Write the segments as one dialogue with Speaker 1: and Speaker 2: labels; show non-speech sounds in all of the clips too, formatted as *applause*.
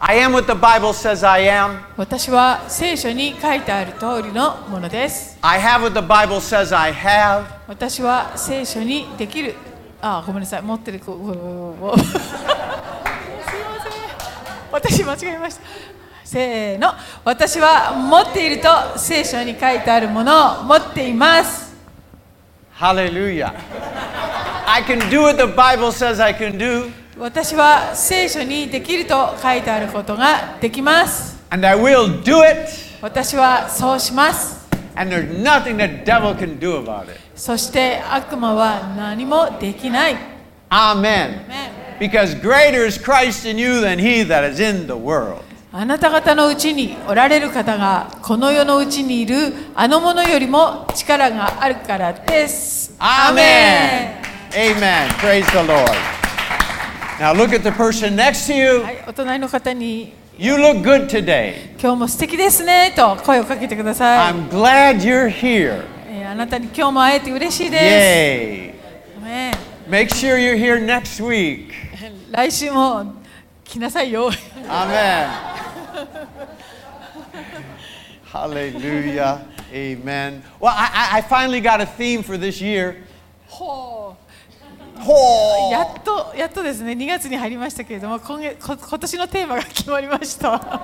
Speaker 1: I am what the Bible says I am.
Speaker 2: 私は聖書に書いてある通りのものです。
Speaker 1: I have what the Bible says I have.
Speaker 2: 私は聖書にできる。あ、ごめんなさい。持ってる。こうごごごすいま *laughs* せん。私間違えました。せーの。私は持っていると聖書に書いてあるものを持っています。
Speaker 1: Hallelujah. I can do what the Bible says I can do,
Speaker 2: 私は聖書にできると書いてあることができます。
Speaker 1: and I will do it,
Speaker 2: 私はそうします。
Speaker 1: and there's nothing the devil can do about it.
Speaker 2: そして悪魔は何もできない。
Speaker 1: Amen. Because greater is Christ in you than he that is in the world.
Speaker 2: あなた方のうちにおられる方がこの世のうちにいるあのものよりも力があるからです。
Speaker 1: Amen. Amen. Praise the Lord. Now look at the person next to
Speaker 2: アーメン
Speaker 1: you.
Speaker 2: はい、お隣の方に
Speaker 1: You look good today.
Speaker 2: 今日も素敵ですねと声をかけてください。
Speaker 1: I'm glad you're here.
Speaker 2: えーあなたに今日も会えて嬉しいで
Speaker 1: Yay.
Speaker 2: す。アーメン
Speaker 1: Make sure you're here next week.
Speaker 2: 来週も来なさいよ。
Speaker 1: Amen. Hallelujah. Amen. Well, I, I- I finally got a theme for this year.
Speaker 2: ほう
Speaker 1: Oh.
Speaker 2: やっとやっとですね2月に入りましたけれども今月こ今年のテーマが決まりました。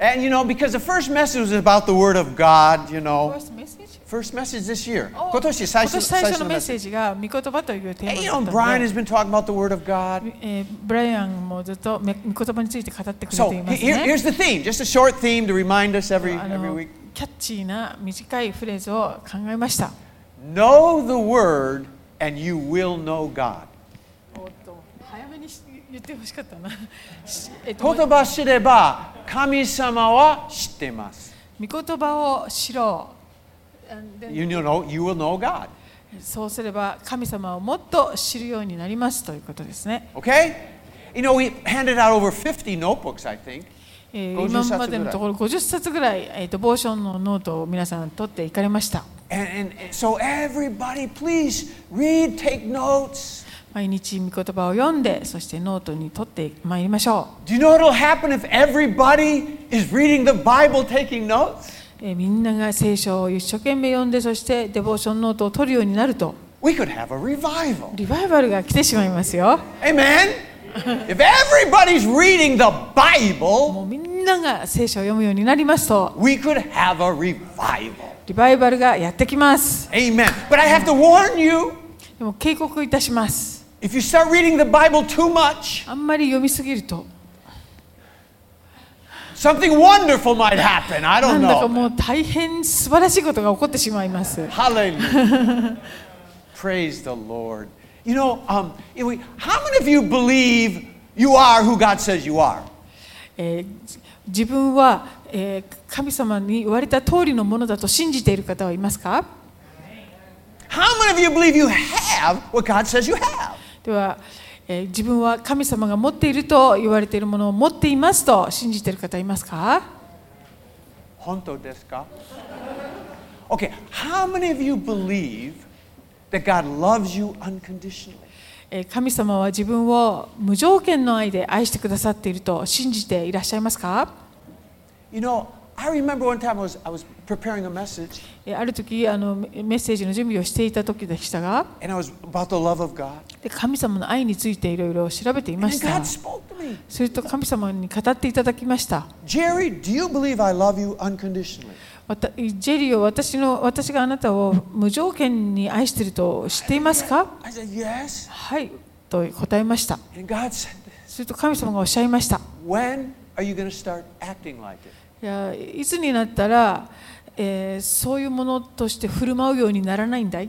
Speaker 1: And you know, because the first message was about the Word of God, you know.
Speaker 2: First message?
Speaker 1: First message this year.
Speaker 2: お
Speaker 1: 今年最
Speaker 2: 今
Speaker 1: 初
Speaker 2: 年最初のメッ
Speaker 1: message.
Speaker 2: セージが「御言葉」というテ
Speaker 1: Hey,
Speaker 2: ー
Speaker 1: you know,
Speaker 2: マだったので
Speaker 1: Brian has been talking about the Word of God.
Speaker 2: えーブライアンもずっとめ御言葉について語ってくれ
Speaker 1: So
Speaker 2: ています
Speaker 1: here-
Speaker 2: ね。
Speaker 1: here's the theme, just a short theme to remind us every,
Speaker 2: あ
Speaker 1: every
Speaker 2: の
Speaker 1: week.
Speaker 2: キャッチーな短いフレーズを考えました。
Speaker 1: Know the Word and you will know God.
Speaker 2: おっと早めにし言ってほし
Speaker 1: *laughs*
Speaker 2: かったな。しえっと
Speaker 1: 言葉知れば神様は知っています。
Speaker 2: 御言葉を知ろう。And then-
Speaker 1: You know, you will know God.
Speaker 2: そうすれば神様をもっと知るようになりますということですね。
Speaker 1: Okay? You know, we handed out over 50 notebooks, I think.
Speaker 2: えー
Speaker 1: 50
Speaker 2: 今までのところ50冊ぐらい、えーとボーションのノートを皆さん取っていかれました。
Speaker 1: And, and, and so, everybody, please read, take notes.
Speaker 2: 毎日御言葉を読んでそしてノートに取ってまいりましょ
Speaker 1: Do you know what will happen if everybody is reading the Bible, taking notes?
Speaker 2: う、えーみんなが聖書を一生懸命読んでそしてデボーションノートを取るようになると
Speaker 1: We could have a revival.
Speaker 2: リバイバルが来てしまいますよ
Speaker 1: Amen? if everybody's reading the Bible,
Speaker 2: もうみんなが聖書を読むようになりますと
Speaker 1: we could have a revival.
Speaker 2: リバイバルがやってきます
Speaker 1: Amen. But I have to warn you
Speaker 2: でも警告いたします
Speaker 1: if you start reading the Bible too much,
Speaker 2: あんまり読みすぎると
Speaker 1: something wonderful might happen. I
Speaker 2: な
Speaker 1: don't
Speaker 2: んだか
Speaker 1: know.
Speaker 2: もう大変素晴らしいことが起こってしまいます
Speaker 1: Hallelujah. Praise the Lord. You know, um, you know, how many of you believe you are who God says you are?
Speaker 2: えー自分は、えー神様に言われた通りのものだと信じている方はいますか
Speaker 1: How many of you believe you have what God says you have?
Speaker 2: では、えー自分は神様が持っていると言われているものを持っていますと信じている方いますか
Speaker 1: Honto deska. Okay, how many of you believe that God loves you unconditionally?
Speaker 2: えー神様は自分を無条件の愛で愛してくださっていると信じていらっしゃいますか
Speaker 1: You know, I remember one time I was, I was preparing a message
Speaker 2: えーある時あのメメッセージの準備をしていた時でしたが
Speaker 1: and I was about the love of God.
Speaker 2: で神様の愛についていろいろ調べていま
Speaker 1: And
Speaker 2: した
Speaker 1: God spoke to me.
Speaker 2: すると神様に語っていただきました
Speaker 1: Jerry, do you believe I love you unconditionally?
Speaker 2: わたジェリーを私の私があなたを無条件に愛していると知っていますか
Speaker 1: I said, Yes.
Speaker 2: はいと答えました
Speaker 1: And God said,
Speaker 2: すると神様がおっしゃいました
Speaker 1: When are you going to start acting like it?
Speaker 2: いやいつになったら、えーそういうものとして振る舞うようにならないんだい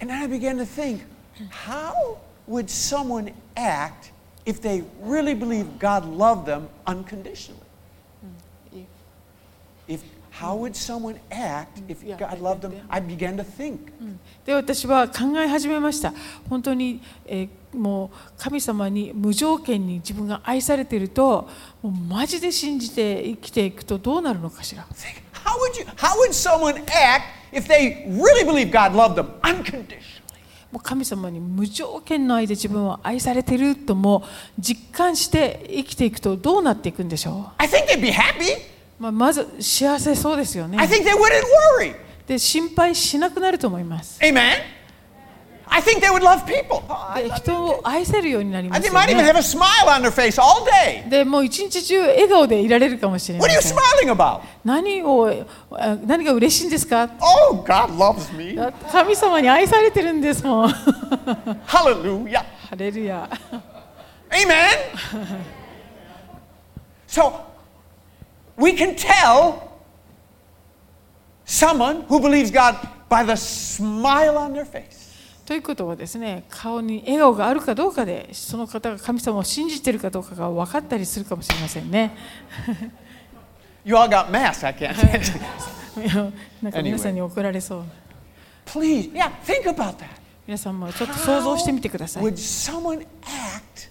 Speaker 1: And then I began to think, how would someone act if they really believed God loved them unconditionally? If how would someone act if
Speaker 2: Yeah,
Speaker 1: God
Speaker 2: I
Speaker 1: loved
Speaker 2: think
Speaker 1: them? I began to think.
Speaker 2: で私は考え始めました本当に、えーもう神様に無条件に自分が愛されているともうマジで信じて生きていくとどうなるのかしら
Speaker 1: Think, how would you how would someone act if they really believed God loved them unconditionally?
Speaker 2: もう神様に無条件の愛で自分を愛されているとも実感して生きていくとどうなっていくんでしょ
Speaker 1: I think they'd be happy.
Speaker 2: う、まあ、まず幸せそうですよ
Speaker 1: I
Speaker 2: ね
Speaker 1: think they wouldn't worry.
Speaker 2: で心配しなくなると思います
Speaker 1: Amen. I think they would love people.
Speaker 2: で人を愛せるようになり
Speaker 1: I
Speaker 2: ます
Speaker 1: think
Speaker 2: よ
Speaker 1: might even have a
Speaker 2: ね
Speaker 1: smile on their face all day.
Speaker 2: でもう一日中笑顔でいられるかもしれ
Speaker 1: What
Speaker 2: な
Speaker 1: are
Speaker 2: い
Speaker 1: you smiling about?
Speaker 2: 何をあ何が嬉しいんですか
Speaker 1: Oh, God loves me.
Speaker 2: だって神様に愛されてるんですもん *laughs* ハ
Speaker 1: Hallelujah.
Speaker 2: レルヤ
Speaker 1: Amen. so we can tell someone who believes God by the smile on their face.
Speaker 2: ということはですね顔に笑顔があるかどうかでその方が神様を信じているかどうかが分かったりするかもしれませんね *laughs*
Speaker 1: You all got masks, I can't. *laughs*
Speaker 2: いやなんか皆さんに怒られそう
Speaker 1: Please, yeah, think about that.
Speaker 2: 皆さんもちょっと想像してみてくださ
Speaker 1: How
Speaker 2: い
Speaker 1: would someone act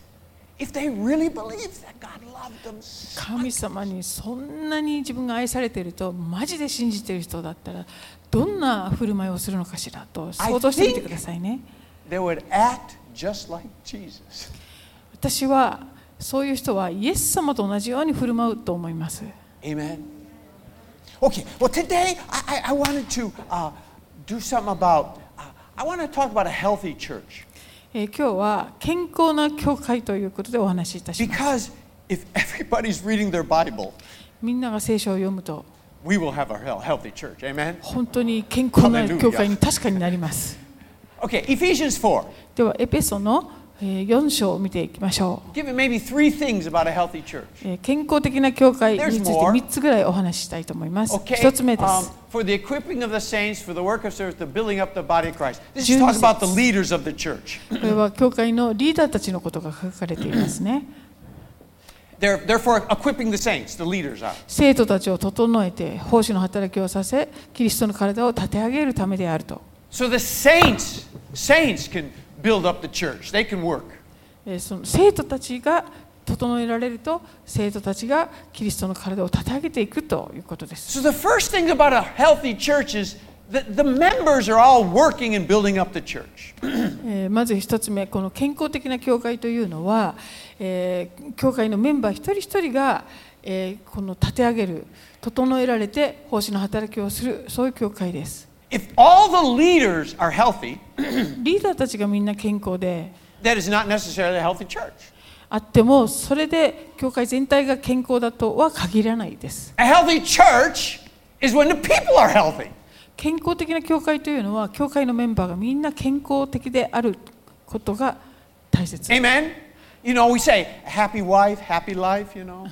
Speaker 1: if they really believed that God loved them? so-
Speaker 2: 神様にそんなに自分が愛されているとマジで信じている人だったらどんな振る舞いをするのかしらと想像してみてくださいね
Speaker 1: They would act just like Jesus.
Speaker 2: 私はそういう人はイエス様と同じように振る舞うと思います
Speaker 1: Amen. Okay, well, today I, I, I wanted to uh, do something about, uh, I want to talk about a healthy church.
Speaker 2: えー今日は健康な教会ということでお話しいたしま
Speaker 1: Because
Speaker 2: す
Speaker 1: if *laughs* everybody's reading their Bible,
Speaker 2: みんなが聖書を読むと
Speaker 1: we will have a hel- healthy church. Amen.
Speaker 2: 本当に健康な
Speaker 1: Hallelujah.
Speaker 2: 教会に確かになります
Speaker 1: Okay, Ephesians 4.
Speaker 2: ではエペソのえー4章を見ていきましょ
Speaker 1: Give me maybe three things about a healthy church.
Speaker 2: うえー健康的な教会につい
Speaker 1: There's
Speaker 2: て
Speaker 1: more.
Speaker 2: 3つぐらいお話ししたいと思います
Speaker 1: Okay.
Speaker 2: 1つ目で
Speaker 1: um,
Speaker 2: す
Speaker 1: for the equipping of the saints, for the work of service, the building up the body of Christ. This
Speaker 2: June
Speaker 1: talks about the
Speaker 2: sixth.
Speaker 1: leaders of the church. *clears throat*
Speaker 2: これは教会のリーダーたちのことが書かれていますね
Speaker 1: They're, therefore, equipping the saints, the leaders are.
Speaker 2: 生徒たちを整えて奉仕の働きをさせキリストの体を立て上げるためであると
Speaker 1: So the saints, saints can build up the church. They can work.
Speaker 2: えーその生徒たちが整えられると生徒たちがキリストの体を立て上げていくということです
Speaker 1: So the first thing about a healthy church is that the members are all working and building up the church.
Speaker 2: えーまず一つ目この健康的な教会というのは、えー教会のメンバー一人一人が、えーこの立て上げる整えられて奉仕の働きをするそういう教会です
Speaker 1: If all the leaders are healthy,
Speaker 2: リーダーたちがみんな健康で
Speaker 1: that is not necessarily a healthy church.
Speaker 2: あってもそれで教会全体が健康だとは限らないです
Speaker 1: A healthy church is when the people are healthy.
Speaker 2: 健康的な教会というのは教会のメンバーがみんな健康的であることが大切
Speaker 1: Amen. You know, we say happy wife, happy life, you know.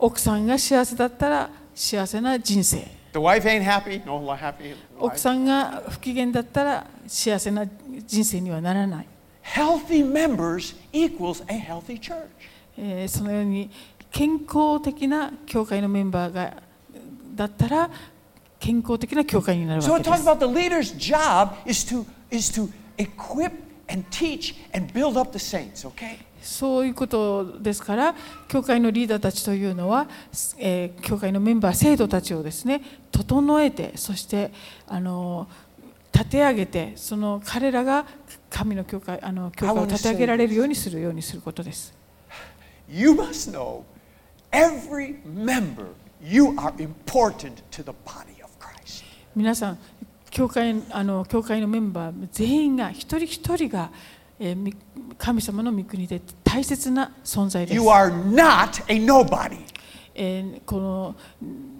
Speaker 2: 奥さんが幸せだったら幸せな人生
Speaker 1: The wife ain't happy, no li- happy
Speaker 2: 奥
Speaker 1: life.
Speaker 2: さんが不機嫌だったら幸せな人生にはならない、
Speaker 1: Healthy members equals a healthy church.
Speaker 2: えーそのように健康的な教会のメンバーがだったら健康的な教会になる
Speaker 1: So
Speaker 2: わ
Speaker 1: it
Speaker 2: けで
Speaker 1: talks
Speaker 2: す
Speaker 1: about the leader's job is to is to equip and teach and build up the saints, okay?
Speaker 2: そういうことですから教会のリーダーたちというのは、えー教会のメンバー生徒たちをですね整えてそしてあの立て上げてその彼らが神の教会あの教会を立て上げられるようにするようにすることです。
Speaker 1: You must know every member you are important to the body of Christ.
Speaker 2: 皆さん教会あの教会のメンバー全員が一人一人が、えーみ神様の御国で大切な存在です
Speaker 1: You、are not a nobody.
Speaker 2: えーこの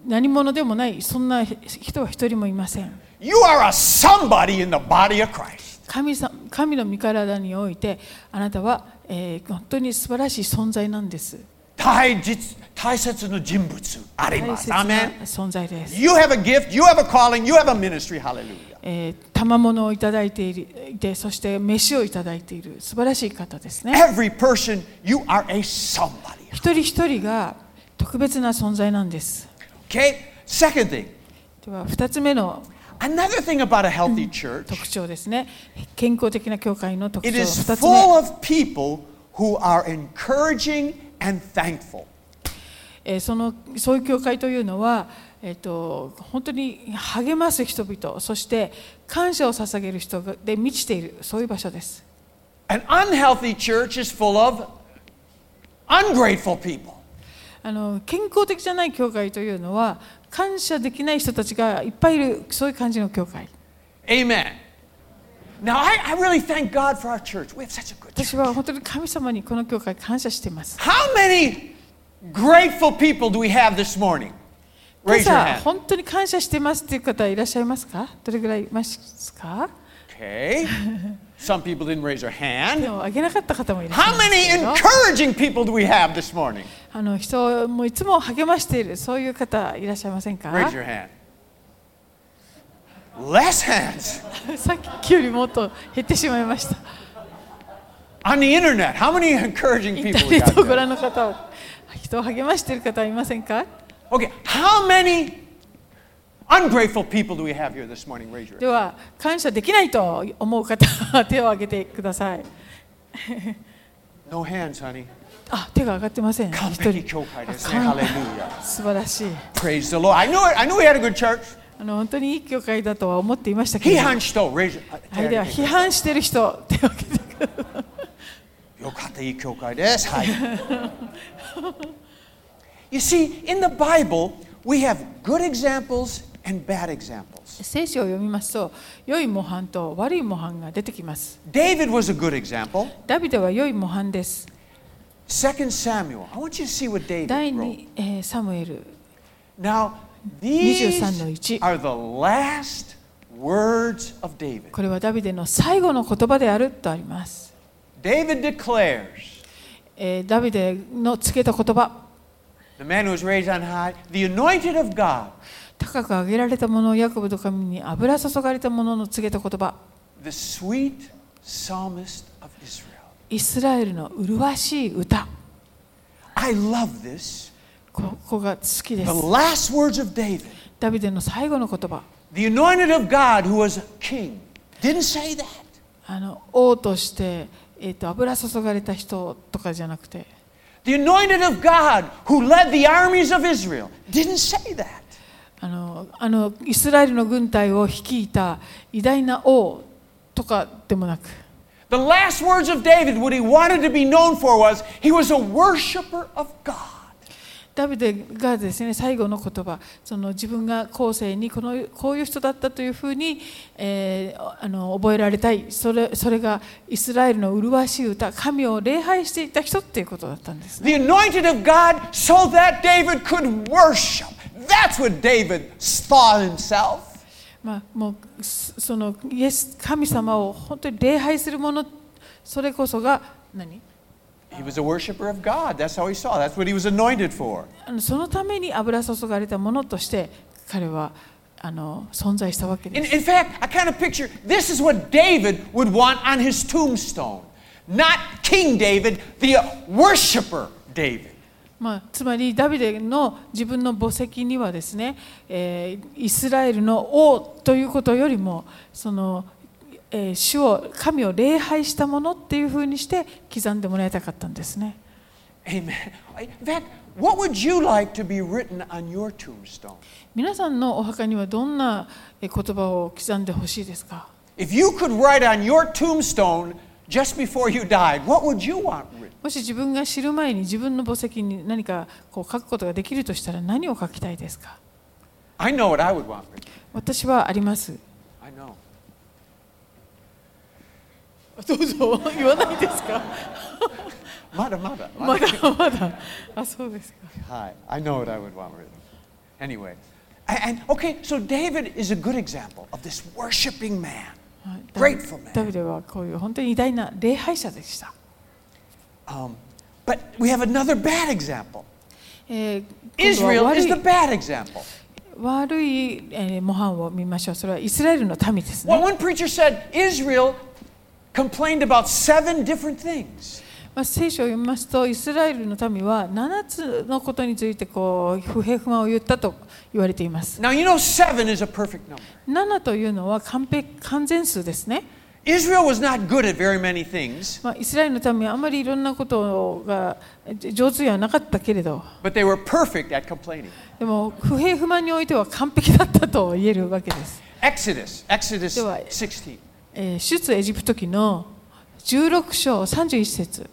Speaker 2: 何者でもないそんな人は一人もいません
Speaker 1: You are a somebody in the body of Christ.
Speaker 2: 神さ神の御体においてあなたは、えー本当に素晴らしい存在なんです大切な
Speaker 1: 大切な人物あります。Amen.
Speaker 2: 存在です
Speaker 1: You have a gift, you have a calling, you have a ministry. Hallelujah.
Speaker 2: えー賜物をいただいているいてそして飯をいただいている素晴らしい方ですね
Speaker 1: Every person, you are a somebody.
Speaker 2: 一人一人が特別な存在なんです
Speaker 1: Okay? Second thing,
Speaker 2: では2つ目の
Speaker 1: another thing about a healthy church,
Speaker 2: 特徴ですね健康的な教会の特
Speaker 1: it
Speaker 2: 徴
Speaker 1: is
Speaker 2: 2つ
Speaker 1: full
Speaker 2: 目、
Speaker 1: of people who are encouraging and thankful.
Speaker 2: えーそのそういう教会というのは、えー、と本当に励ます人々そして感謝を捧げる人がで満ちているそういう場所です
Speaker 1: An unhealthy church is full of ungrateful people.
Speaker 2: あの健康的じゃない教会というのは感謝できない人たちがいっぱいいるそういう感じの教会
Speaker 1: Amen. Now, I, I really thank God for our church. We have such a good church.
Speaker 2: 私は本当に神様にこの教会感謝しています
Speaker 1: How many grateful people do we have this morning?
Speaker 2: 今
Speaker 1: Raise your
Speaker 2: 朝
Speaker 1: hand.
Speaker 2: 本当に感謝してますっていう方いらっしゃいますかどれぐらいいますか
Speaker 1: Okay. Some people didn't raise their
Speaker 2: 手
Speaker 1: hand.
Speaker 2: を挙げなかった方もいらっしゃい
Speaker 1: How
Speaker 2: ます
Speaker 1: many
Speaker 2: けど
Speaker 1: encouraging people do we have this morning?
Speaker 2: あの人もいつも励ましているそういう方いらっしゃいませんか
Speaker 1: Raise your hand. Less hands.
Speaker 2: *laughs* さっきよりもっと減ってしまいました
Speaker 1: *laughs* On the internet, how many encouraging
Speaker 2: インタ
Speaker 1: people
Speaker 2: ー
Speaker 1: we
Speaker 2: ネッ
Speaker 1: got
Speaker 2: ト *laughs* をご
Speaker 1: there?
Speaker 2: 覧の方は人を励ましている方いませんか
Speaker 1: Okay, how many ungrateful people do we have here this morning? Raise your hand.
Speaker 2: では感謝できないと思う方 *laughs* は手を挙げてください
Speaker 1: No hands, honey.
Speaker 2: あ手が上がってません一
Speaker 1: 完 *laughs* 璧
Speaker 2: 人
Speaker 1: 教会ですね。
Speaker 2: あ
Speaker 1: ハ
Speaker 2: かん
Speaker 1: レルヤ。
Speaker 2: 素晴らしい
Speaker 1: Praise the Lord. I knew it. I knew we had a good church.
Speaker 2: あの本当にいい教会だとは思っていましたけ
Speaker 1: 批
Speaker 2: れども
Speaker 1: 判しと、raise your
Speaker 2: はい、では批判してる人 *laughs* 手を挙げてください
Speaker 1: よかった、いい教会です。はい。you see, in the Bible, we have good examples and bad examples.
Speaker 2: 聖書を読みますと良い模範と悪い模範が出てきます
Speaker 1: David was a good example.
Speaker 2: ダビデは良い模範です
Speaker 1: Second Samuel. I want you to see what David
Speaker 2: 第
Speaker 1: wrote.
Speaker 2: 2、えーサムエル
Speaker 1: Now, these
Speaker 2: 23の1
Speaker 1: are the last words of David.
Speaker 2: これはダビデの最後の言葉であるとあります、
Speaker 1: David declares,
Speaker 2: えーダビデのつけた言葉
Speaker 1: the man who was raised on high, the anointed of God,
Speaker 2: 高く上げられたものヤコブと神に油注がれたものの告げた言葉
Speaker 1: the sweet psalmist of Israel.
Speaker 2: イスラエルの麗しい歌
Speaker 1: I love this.
Speaker 2: こここが好きです
Speaker 1: The last words of David,
Speaker 2: ダビデの最後の言葉
Speaker 1: the anointed of God who was king, didn't say that.
Speaker 2: あの王として、えー、と油注がれた人とかじゃなくて
Speaker 1: The anointed of God who led the armies of Israel didn't say that.
Speaker 2: あのあのイスラエルの軍隊を率いた偉大な王とかでもなく
Speaker 1: The last words of David, what he wanted to be known for was he was a worshiper of God.
Speaker 2: ダビデがですね最後の言葉その自分が後世にこのこういう人だったというふうに、えーあの覚えられたいそれそれがイスラエルの麗しい歌神を礼拝していた人っていうことだったんですね
Speaker 1: The anointed of God so that David could worship. That's what David thought himself.
Speaker 2: まあ、もうすそのイエス神様を本当に礼拝するものそれこそが何
Speaker 1: He was a worshiper of God. That's how he saw. That's what he was anointed for.
Speaker 2: あのそのために油注がれたものとして彼はあの存在したわけです
Speaker 1: In, in fact, I kind of picture this is what David would want on his tombstone. Not King David, the worshiper David.
Speaker 2: まあ、つまりダビデの自分の墓石にはですね、えーイスラエルの王ということよりもその、えー主を神を礼拝したものっていうふうにして刻んでもらいたかったんですね
Speaker 1: Amen. In fact, what would you like to be written on your tombstone?
Speaker 2: 皆さんのお墓にはどんなえー言葉を刻んでほしいですか
Speaker 1: If you could write on your tombstone just before you died, what would you want written?
Speaker 2: もし自分が知る前に自分の墓石に何かこう書くことができるとしたら何を書きたいですか
Speaker 1: I know what I would want written.
Speaker 2: 私はあります
Speaker 1: I know.
Speaker 2: どうぞ *laughs* 言わないですか
Speaker 1: Mada, mada.
Speaker 2: ま
Speaker 1: mada.
Speaker 2: だまだあそうですか
Speaker 1: Hi. I know what I would want written. Anyway. And, and okay, so David is a good example of this worshiping man.
Speaker 2: はいダビ
Speaker 1: Grateful man.
Speaker 2: ダビデはこういう本当に偉大な礼拝者でした、
Speaker 1: Um, but we have another bad example.
Speaker 2: えー今度
Speaker 1: Israel
Speaker 2: は
Speaker 1: is
Speaker 2: 悪い
Speaker 1: the bad example.
Speaker 2: 悪い、えー模範を見ましょうそれはイスラエルの民です
Speaker 1: Well,
Speaker 2: ね、
Speaker 1: one preacher said Israel complained about seven different things.
Speaker 2: まあ、聖書を読みますとイスラエルの民は7つのことについてこう不平不満を言ったと言われています
Speaker 1: Now, you know, seven is a perfect number.
Speaker 2: 7というのは完璧完全数ですね
Speaker 1: Israel was not good at very many things,
Speaker 2: まあ、イスラエルの民はあまりいろんなことがじ上手にはなかったけれど
Speaker 1: but they were perfect at complaining.
Speaker 2: でも不平不満においては完璧だったと言えるわけです、
Speaker 1: Exodus, Exodus
Speaker 2: では
Speaker 1: 16.
Speaker 2: えー出エジプト記の16章31節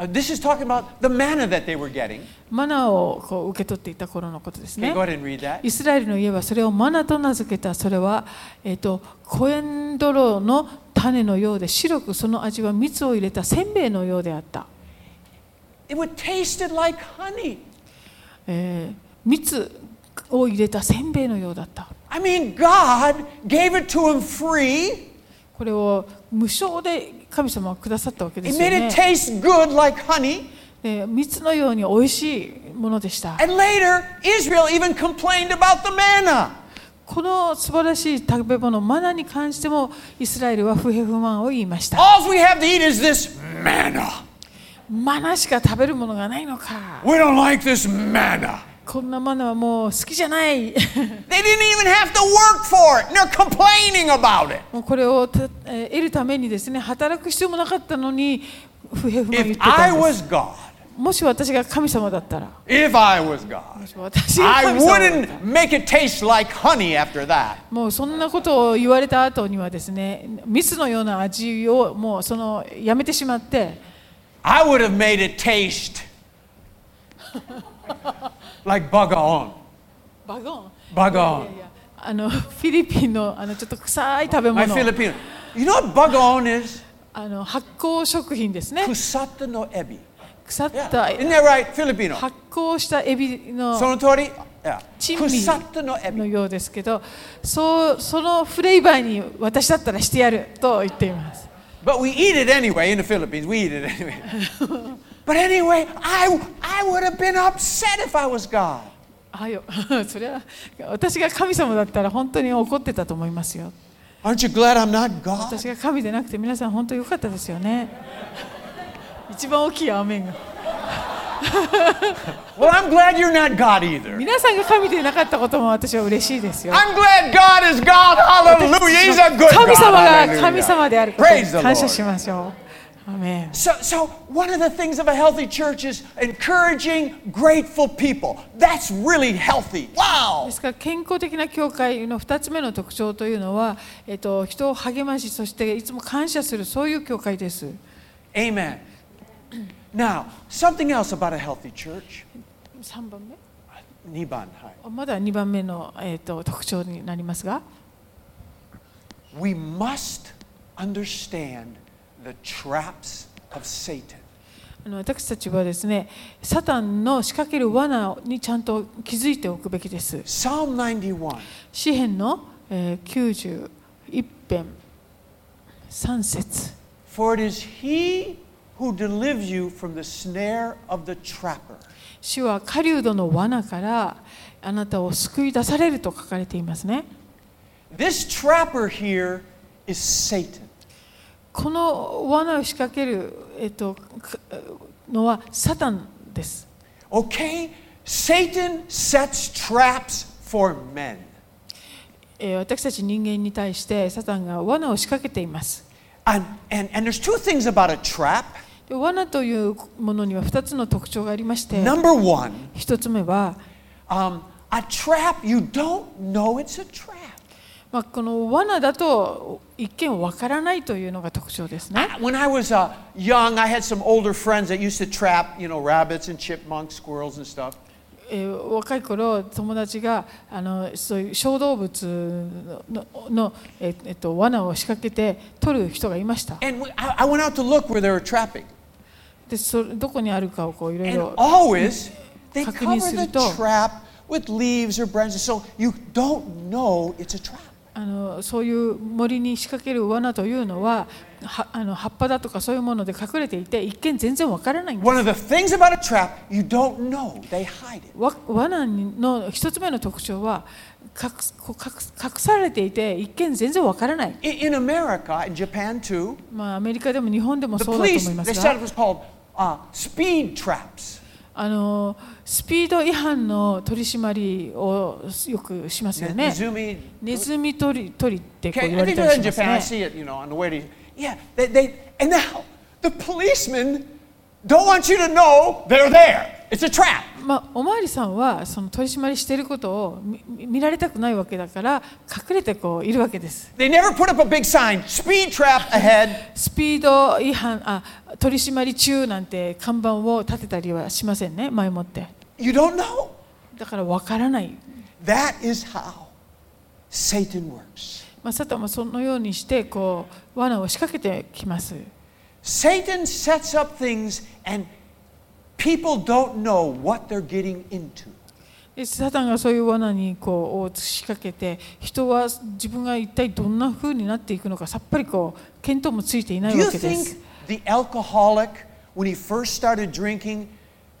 Speaker 1: Uh, this is talking about the manna that they were getting.
Speaker 2: マナーをこう受け取っていた頃のことです
Speaker 1: Okay,
Speaker 2: ね
Speaker 1: go ahead and read that.
Speaker 2: イスラエルの家はそれをマナと名付けたそれは、えー、とコエンドロの種のようで白くその味は蜜を入れたせんべいのようであった、
Speaker 1: It would tasted like honey.
Speaker 2: えー蜜を入れたせんべいのようだった
Speaker 1: I mean, God gave it to them free.
Speaker 2: これを無償で神様はくださったわけで
Speaker 1: It
Speaker 2: すよ
Speaker 1: made it
Speaker 2: ね。
Speaker 1: taste good like honey.
Speaker 2: で蜜のように美味しいものでした。
Speaker 1: And later, Israel even complained about the manna.
Speaker 2: この素晴らしい食べ物、マナに関してもイスラエルは不平不満を言いました。
Speaker 1: All we have to eat is this manna.
Speaker 2: マナしか食べるものがないのか。
Speaker 1: We don't like this manna.
Speaker 2: こんなマナはもう好きじゃない。 *laughs*
Speaker 1: They didn't even have to work for it. and They're complaining about it.
Speaker 2: もうこれをたえー得るためにですね、働く必要もなかったのに不平不満を言
Speaker 1: If
Speaker 2: ってた
Speaker 1: I
Speaker 2: んです。
Speaker 1: was God,
Speaker 2: もし私が神様だったら、
Speaker 1: if I was God,
Speaker 2: もし私が
Speaker 1: I
Speaker 2: 神様だったら
Speaker 1: wouldn't make it taste like honey after that.
Speaker 2: もうそんなことを言われた後にはですね蜜のような味をもうそのやめてしまって
Speaker 1: I would have made it taste *laughs* like bagaon.
Speaker 2: バゴン
Speaker 1: Bagaon.
Speaker 2: いやあのフィリピンのあのちょっと臭い食べ
Speaker 1: My
Speaker 2: 物
Speaker 1: Filipino. You know what bagaon is?
Speaker 2: あの発酵食品ですね
Speaker 1: Kusata no ebi.
Speaker 2: 腐っ
Speaker 1: Yeah.
Speaker 2: た
Speaker 1: Isn't that right? Filipino.
Speaker 2: 発酵したエビの
Speaker 1: Sonotori? Yeah.
Speaker 2: 珍味
Speaker 1: Kusata no ebi.
Speaker 2: のようですけどそうそのフレーバーに私だったらしてやると言っています
Speaker 1: But we eat it anyway in the Philippines. We eat it anyway. but anyway, I, I would have been upset if I was God.
Speaker 2: あよ *laughs* それは私が神様だったら本当に怒ってたと思いますよ
Speaker 1: Aren't you glad I'm not God?
Speaker 2: 私が神でなくて皆さん本当に良かったですよね *laughs* 一番大きいアーメンが
Speaker 1: Well, I'm glad you're not God either.
Speaker 2: 皆さんが神でなかったことも私は嬉しいですよ
Speaker 1: I'm glad God is God. Hallelujah. He's a good
Speaker 2: 神様
Speaker 1: God.
Speaker 2: が神様であ
Speaker 1: Hallelujah.
Speaker 2: ること
Speaker 1: Praise
Speaker 2: に
Speaker 1: the
Speaker 2: 感謝し
Speaker 1: Lord.
Speaker 2: ましょうアーメン
Speaker 1: So, so, one of the things of a healthy church is encouraging grateful people. That's really healthy. Wow.
Speaker 2: ですから健康的な教会の2つ目の特徴というのは、えっと、人を励ましそしていつも感謝するそういう教会です
Speaker 1: Amen. Now, something else about a healthy church.
Speaker 2: 3番目
Speaker 1: Niban, hi.
Speaker 2: あまだ2番目の、えっと、特徴になりますが
Speaker 1: We must understand the traps of Satan.
Speaker 2: あの私たちはですね、サタンの仕掛ける罠にちゃんと気づいておくべきです。
Speaker 1: Psalm 91.
Speaker 2: 詩篇の、えー、91編3節
Speaker 1: For it is he who delivers you from the snare of the trapper.
Speaker 2: 主は狩人の罠からあなたを救い出されると書かれていますね。
Speaker 1: This trapper here is Satan.
Speaker 2: この罠を仕掛ける、えっとかのはサタンです。
Speaker 1: Okay? Satan sets traps for men.
Speaker 2: えー私たち人間に対してサタンが罠を仕掛けています。
Speaker 1: And, and, and there's two things about a trap.
Speaker 2: で罠というものには2つの特徴がありまして、
Speaker 1: Number one,
Speaker 2: 1つ目は、
Speaker 1: um, a trap, you don't know it's a trap.
Speaker 2: まあ、この罠だと一見わからないというのが特徴ですね。
Speaker 1: I- when I was uh, young, I had some older friends that used to trap, you know, rabbits and chipmunks, squirrels and stuff.
Speaker 2: えー若い頃友達があのそういう小動物のの、ええっと、罠を仕掛けて取る人がいました。
Speaker 1: And we, I, I went out to look where they were trapping.
Speaker 2: でそどこにあるかをこういろい
Speaker 1: And
Speaker 2: ろ
Speaker 1: always, they
Speaker 2: Hakikaten
Speaker 1: cover the
Speaker 2: sürüdü.
Speaker 1: trap with leaves or branches, so you don't know it's a trap.
Speaker 2: あのそういう森に仕掛ける罠というのははあの葉っぱだとかそういうもので隠れていて一見全然わからないんです
Speaker 1: One of the things about a trap, you don't know. They hide it.
Speaker 2: わ罠の一つ目の特徴は隠すこう隠す隠されていて一見全然わからない。
Speaker 1: I- In, America, in Japan too,
Speaker 2: まあ、アメリカでも日本でも
Speaker 1: the
Speaker 2: そうだと
Speaker 1: police,
Speaker 2: 思いま
Speaker 1: they
Speaker 2: す
Speaker 1: said
Speaker 2: が
Speaker 1: it was called uh, speed traps.
Speaker 2: ああのスピード違反の取り締まりをよくしますよね。
Speaker 1: Nezumi.
Speaker 2: ネズミ取り取りってこう
Speaker 1: Okay,
Speaker 2: 言
Speaker 1: I
Speaker 2: われ
Speaker 1: think
Speaker 2: たり
Speaker 1: they're in
Speaker 2: しま
Speaker 1: Japan. I
Speaker 2: すね。
Speaker 1: see it, you know, on the way to. Yeah, they, they and now the policemen don't want you to know they're there. It's a trap.
Speaker 2: まあ、おまわりさんはその取り締まりしていることを見見見られたくないわけだから隠れてこういるわけです。
Speaker 1: They never put up a big sign, speed trap ahead.
Speaker 2: スピード違反あ取り締まり中なんて看板を立てたりはしませんね前もって。
Speaker 1: You don't know.
Speaker 2: だからわからない。
Speaker 1: That is how Satan works.
Speaker 2: まあ、サタンはそのようにしてこう罠を仕掛けてきます。
Speaker 1: Satan sets up things and people don't know what they're getting into.
Speaker 2: でサタンがそういう罠にこうを仕掛けて人は自分が一体どんな風になっていくのかさっぱりこう見当もついていな
Speaker 1: Do
Speaker 2: い
Speaker 1: you
Speaker 2: わけです
Speaker 1: think。the alcoholic, when he first started drinking,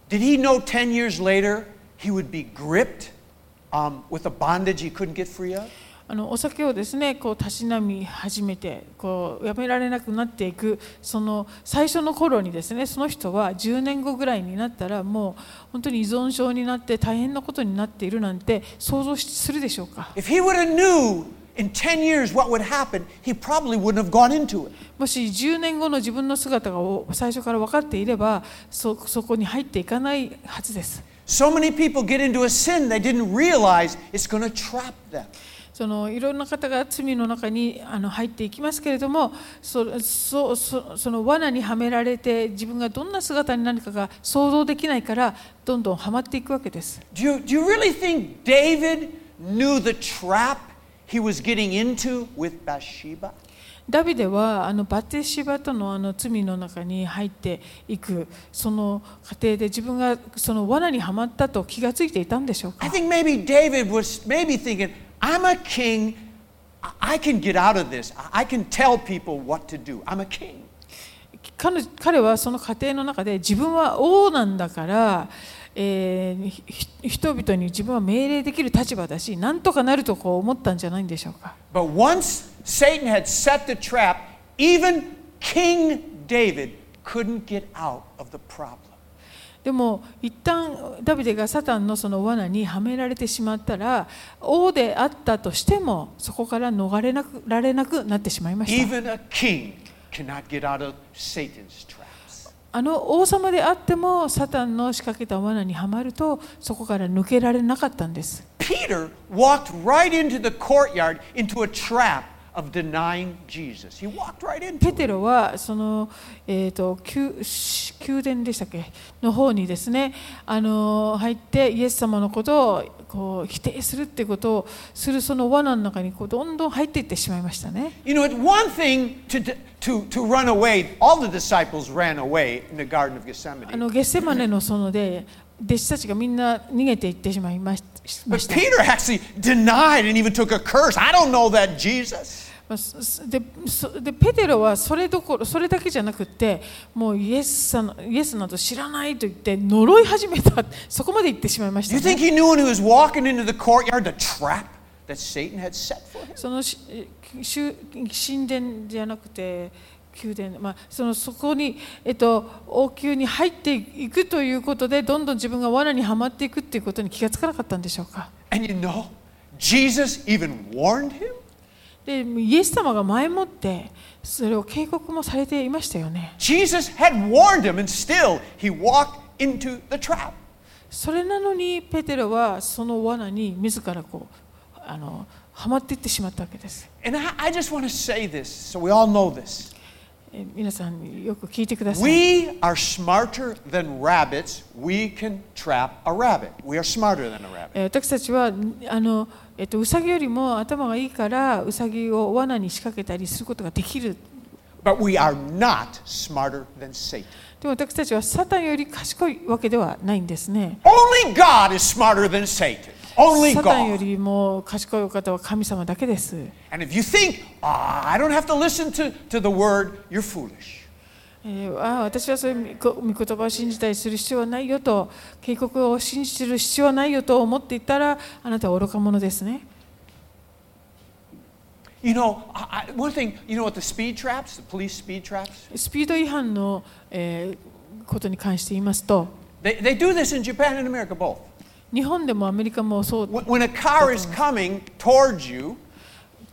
Speaker 1: did he know 10 years later he would be gripped um, with a bondage he couldn't get free of?
Speaker 2: あのお酒をですねこうたしなみ始めてこうやめられなくなっていくその最初の頃にですねその人は10年後ぐらいになったらもう本当に依存症になって大変なことになっているなんて想像しするでしょうか
Speaker 1: If he would have knew in 10 years what would happen, he probably wouldn't have gone into it.
Speaker 2: もし10年後の自分の姿がお最初から分かっていればそそこに入っていかないはずです
Speaker 1: So many people get into a sin they didn't realize it's going to trap them.
Speaker 2: そのいろんな方が罪の中にあの入っていきますけれどもそそそその罠にはめられて自分がどんな姿になるかが想像できないからどんどんはまっていくわけです
Speaker 1: Do you, do you really think David knew the trap he was getting into with Bathsheba?
Speaker 2: ダビデはあのバテシバとのあの罪の中に入っていくその過程で自分がその罠にはまったと気がついていたんでしょうか
Speaker 1: I think maybe David was maybe thinking, I'm a king. I- I can get out of this. I I can tell people what to do. I'm a king.
Speaker 2: 彼彼はその過程の中で自分は王なんだから、えーひひ人々に自分は命令できる立場だしなんとかなるとこう思ったんじゃないんでしょうか
Speaker 1: But once Satan had set the trap, even King David couldn't get out of the problem.
Speaker 2: でも一旦ダビデがサタンのその罠にはめられてしまったら王であったとしてもそこから逃れなくられなくなってしまいました
Speaker 1: Even a king cannot get out of Satan's traps.
Speaker 2: あの王様であってもサタンの仕掛けた罠にはまるとそこから抜けられなかったんです
Speaker 1: Peter walked right into the courtyard into a trap of denying Jesus. He walked right into it.
Speaker 2: ペテロはその、えー、と宮し宮殿でしたっけの方にですねあの入ってイエス様のことをこう否定するってことをするその罠の中にこうどんどん入っていってしまいましたね
Speaker 1: You know, it's one thing to, to, to run away. All the disciples ran away in the Garden of
Speaker 2: あ
Speaker 1: Gethsemane.
Speaker 2: のゲッセマネの園で弟子たちがみんな逃げていってしまいましま
Speaker 1: But
Speaker 2: した
Speaker 1: Peter actually denied and even took a curse. I don't know that Jesus.
Speaker 2: まあすすでそでペテロはそれどころそれだけじゃなくってもうイエスさんイエスなど知らないと言って呪い始めたそこまで行ってしまいまし
Speaker 1: Do you
Speaker 2: た、ね
Speaker 1: think。he knew when he was walking into the courtyard the trap that Satan had set for him?
Speaker 2: そのしし神殿じゃなくて宮殿、まあ、そのそこに、えっと、王宮に入っていくということでどんどん自分が罠にはまっていくということに気がつかなかったんでしょうか
Speaker 1: And you know, Jesus even warned him.
Speaker 2: でイエス様が前もってそれを警告もされていましたよね
Speaker 1: Jesus had warned him, and still he walked into the trap.
Speaker 2: それなのにペテロはその罠に自らこうあのはまっていってしまったわけです
Speaker 1: And I, I just want to say this so we all know this.
Speaker 2: え皆さんよく聞いてください
Speaker 1: We are smarter than rabbits. We can trap a rabbit. We are smarter than a rabbit.
Speaker 2: えー私たちはんあの、えっと、ウサギよりも頭がいいからウサギを罠に仕掛けたりすることができる
Speaker 1: But we are not smarter than Satan.
Speaker 2: でも私たちはサタンより賢いわけではないんですね
Speaker 1: Only God is smarter than Satan. Only
Speaker 2: サタンよ
Speaker 1: God.
Speaker 2: りも賢いお方は神様だけです
Speaker 1: And if you think, ah, I don't have to listen to, to the word, you're foolish.
Speaker 2: えーああ私はそういう御御言葉を信じたりする必要はないよと警告を信じる必要はないよと思っていたらあなたは愚か者ですね
Speaker 1: You know, I, I, one thing, you know what the speed traps, the police speed traps?
Speaker 2: スピード違反の、えーことに関して言いますと
Speaker 1: They, they do this in Japan and America both.
Speaker 2: 日本でもアメリカもそう
Speaker 1: When when a car is coming towards you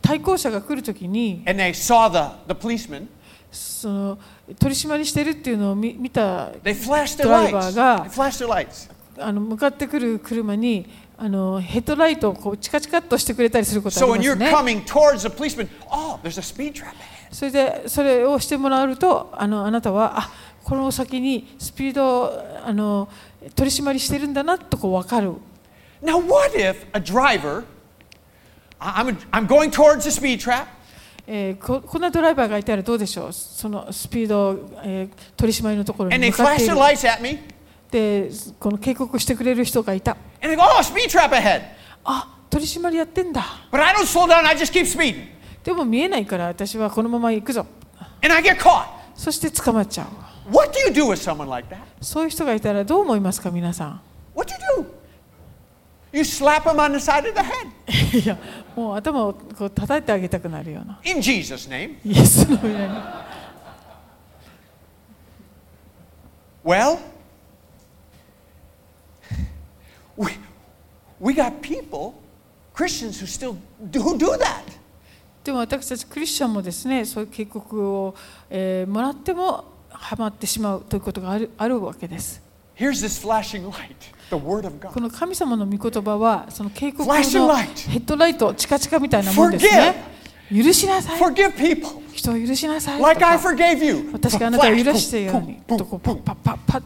Speaker 2: 対向車が来るときに
Speaker 1: and they saw the, the policeman,
Speaker 2: その取り締まりしてるっていうのを見見た
Speaker 1: they flash their
Speaker 2: Driver
Speaker 1: lights.
Speaker 2: が
Speaker 1: They
Speaker 2: -
Speaker 1: flash their lights.
Speaker 2: あの向かってくる車にあのヘッドライトをこうチカチカっとしてくれたりすること
Speaker 1: So
Speaker 2: あ
Speaker 1: when
Speaker 2: り
Speaker 1: you're
Speaker 2: ますね。
Speaker 1: coming towards the policeman, oh, there's a speed trap.
Speaker 2: それでそれをしてもらうとあのあなたはあこの先にスピードをあの取り締まりしてるんだなとこう分かる
Speaker 1: Now, what if a driver, I- I'm, I'm going towards the speed trap,
Speaker 2: えーここんなドライバーがいたらどうでしょうそのスピード、えー取り締まりのところに
Speaker 1: and they
Speaker 2: 向かっ
Speaker 1: flash
Speaker 2: てい
Speaker 1: their
Speaker 2: る
Speaker 1: lights at me,
Speaker 2: でこの警告してくれる人がいた
Speaker 1: and they go, oh, speed trap ahead.
Speaker 2: あ取り締まりやってんだ
Speaker 1: But I don't slow down, I just keep speeding.
Speaker 2: でも見えないから私はこのまま行くぞ
Speaker 1: And I get caught.
Speaker 2: そして捕まっちゃう
Speaker 1: What do you do with someone like that?
Speaker 2: そういう人がいたらどう思いますか皆さん
Speaker 1: What do you do? You slap them on the side of the head
Speaker 2: *laughs* いやもう頭をこう叩いてあげたくなるような
Speaker 1: in Jesus' name.
Speaker 2: イエスの皆に
Speaker 1: Well, we, we got people, Christians, who still do, who do that.
Speaker 2: でも私たちクリスチャンもですねそういう警告を、えーもらってもハマってしまうということがあるあるわけです
Speaker 1: Here's this flashing light, the Word of
Speaker 2: こ
Speaker 1: God.
Speaker 2: の神様の御言葉はその警告の
Speaker 1: Flashing light.
Speaker 2: ヘッドライトチカチカみたいなもんですね許しなさい
Speaker 1: Forgive people
Speaker 2: 人を許しなさい
Speaker 1: like
Speaker 2: と
Speaker 1: I
Speaker 2: か
Speaker 1: forgave you.
Speaker 2: 私があなたを
Speaker 1: Flash,
Speaker 2: 許してように
Speaker 1: boom,
Speaker 2: と
Speaker 1: boom,
Speaker 2: こう
Speaker 1: boom,
Speaker 2: パ
Speaker 1: boom.
Speaker 2: ッパッパッパ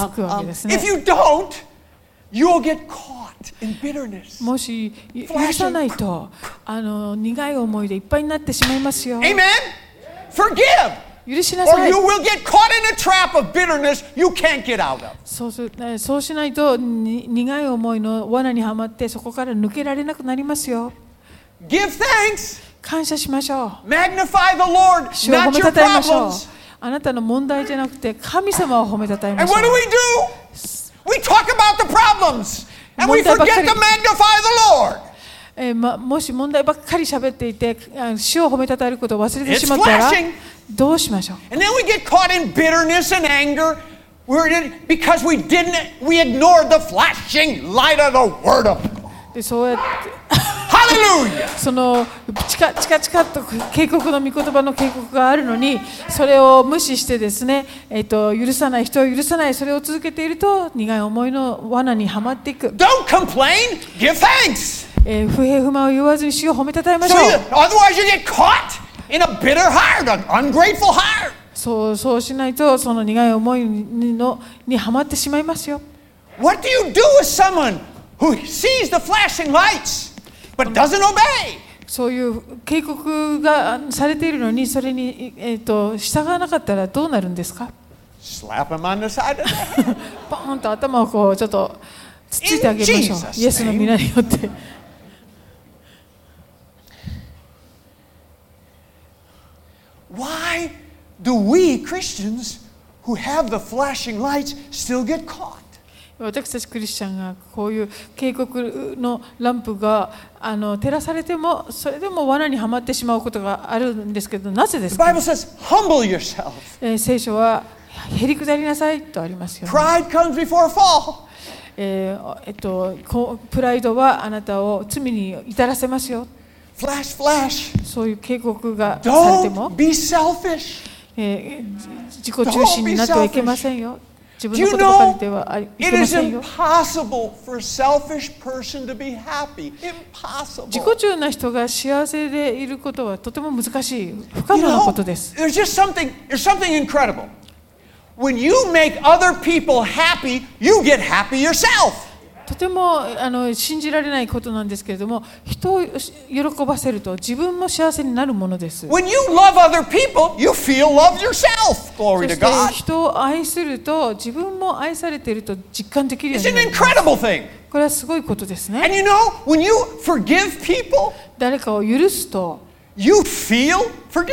Speaker 2: ッとつくわけ
Speaker 1: Um,
Speaker 2: ですね
Speaker 1: if you don't, you'll get caught in bitterness.
Speaker 2: もしゆ
Speaker 1: Flashing
Speaker 2: 許さないとあの苦い思いでいっぱいになってしまいますよ
Speaker 1: Amen? Forgive,
Speaker 2: 許しな
Speaker 1: or
Speaker 2: さい
Speaker 1: you will get caught in a trap of bitterness you can't get out of.
Speaker 2: そうするそうしないとに苦い思いの罠にはまってそこから抜けられなくなりますよ
Speaker 1: Give thanks,
Speaker 2: 感謝しましょう
Speaker 1: magnify the Lord,
Speaker 2: 主を褒
Speaker 1: not
Speaker 2: め
Speaker 1: your
Speaker 2: たたえましょう
Speaker 1: problems.
Speaker 2: あなたの問題じゃなくて神様を褒めたたえま
Speaker 1: And
Speaker 2: しょ
Speaker 1: what do
Speaker 2: う
Speaker 1: we do? We talk about the problems, and we
Speaker 2: 問題ば
Speaker 1: forget to
Speaker 2: っかり。
Speaker 1: magnify the Lord.
Speaker 2: えーま、もし問題ばっかり喋っていてあ主を褒めたたえることを忘れて
Speaker 1: It's
Speaker 2: しまったら
Speaker 1: flashing.
Speaker 2: どうしましょう
Speaker 1: And then we get caught in bitterness and anger we're in, because we didn't, we ignored the flashing light of the Word of God.
Speaker 2: でそうやって *laughs*
Speaker 1: Hallelujah!
Speaker 2: そのチカチカチカっと警告の御言葉の警告があるのにそれを無視してですね、えー、と許さない人を許さないそれを続けていると苦い思いの罠にはまっていく、
Speaker 1: Don't complain, give thanks.
Speaker 2: えー不平不満を言わずに主を褒めたたえまし
Speaker 1: So
Speaker 2: ょう
Speaker 1: you- otherwise, you get caught in a bitter heart, an ungrateful heart.
Speaker 2: そうそうしないとその苦い思いにのにはまってしまいますよ
Speaker 1: What do you do with someone who sees the flashing lights but doesn't obey?
Speaker 2: そういう警告がされているのにそれに、えー、と従わなかったらどうなるんですか
Speaker 1: Slap him on the side of the head.
Speaker 2: ポーンと頭をこうちょっとつっついてあげましょ
Speaker 1: In Jesus'
Speaker 2: うイエスの皆によって
Speaker 1: Why do we Christians who have the flashing lights still get caught?
Speaker 2: 私たちクリスチャンがこういう警告のランプがあの照らされてもそれでも罠にはまってしまうことがあるんですけどなぜで
Speaker 1: The
Speaker 2: すか、
Speaker 1: Bible says, humble yourself.
Speaker 2: えー聖書はへりくだりなさいとありますよ、ね
Speaker 1: Pride comes before a fall.
Speaker 2: えーえっと、こうプライドはあなたを罪に至らせますよ
Speaker 1: Flash, flash.
Speaker 2: そういう警告がされても
Speaker 1: Don't、be selfish.
Speaker 2: えーじ自己中心になってはいけませんよ自
Speaker 1: Do you
Speaker 2: 分のことばかり
Speaker 1: know
Speaker 2: ではありい
Speaker 1: it
Speaker 2: けま
Speaker 1: is
Speaker 2: せんよ
Speaker 1: impossible for a selfish person to be happy?
Speaker 2: 自
Speaker 1: Impossible.
Speaker 2: 己中な人が幸せでいることはとても難しい不可
Speaker 1: You
Speaker 2: 能なこ
Speaker 1: know,
Speaker 2: とです、
Speaker 1: there's just something, there's something incredible. When you make other people happy, you get happy yourself.
Speaker 2: とてもあの信じられないことなんですけれども人をし喜ばせると自分も幸せになるものですそ
Speaker 1: When you love other people, you feel love yourself. Glory to
Speaker 2: して
Speaker 1: God.
Speaker 2: 人を愛すると自分も愛されていると実感できるよう
Speaker 1: It's
Speaker 2: に
Speaker 1: an
Speaker 2: なる
Speaker 1: incredible thing.
Speaker 2: これはすごいことですね
Speaker 1: And you know, when you forgive people,
Speaker 2: 誰かを許すと
Speaker 1: you feel forgiven.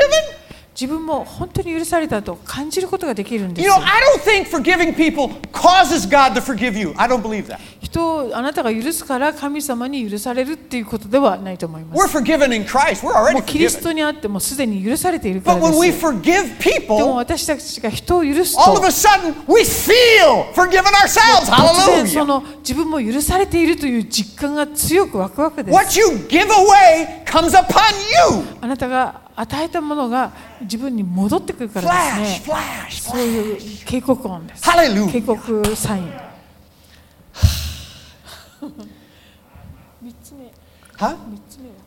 Speaker 2: 自分も本当に許されたと感じることができるんで
Speaker 1: You
Speaker 2: す
Speaker 1: know,
Speaker 2: よ
Speaker 1: I don't think forgiving people causes God to forgive you. I don't believe that.
Speaker 2: 人人をあなたが許すから神様に許されるっていうことではないと思いま
Speaker 1: We're
Speaker 2: す。
Speaker 1: forgiven in Christ. We're
Speaker 2: も
Speaker 1: already
Speaker 2: うキリス
Speaker 1: forgiven.
Speaker 2: トにあってもうすでに許されているか
Speaker 1: But
Speaker 2: ら
Speaker 1: when we
Speaker 2: です。
Speaker 1: forgive
Speaker 2: でも
Speaker 1: people,
Speaker 2: 私たちが人を許す
Speaker 1: all of
Speaker 2: と
Speaker 1: a sudden we feel forgiven ourselves.
Speaker 2: 突然そ
Speaker 1: Hallelujah.
Speaker 2: の自分も許されているという実感が強く湧くわけです。
Speaker 1: What you give away comes upon you.
Speaker 2: あなたが与えたものが自分に戻ってくるからで
Speaker 1: Flash,
Speaker 2: すね。
Speaker 1: flash,
Speaker 2: そう
Speaker 1: flash.
Speaker 2: いう警告音です。
Speaker 1: Hallelujah.
Speaker 2: 警告サイン。
Speaker 1: Huh?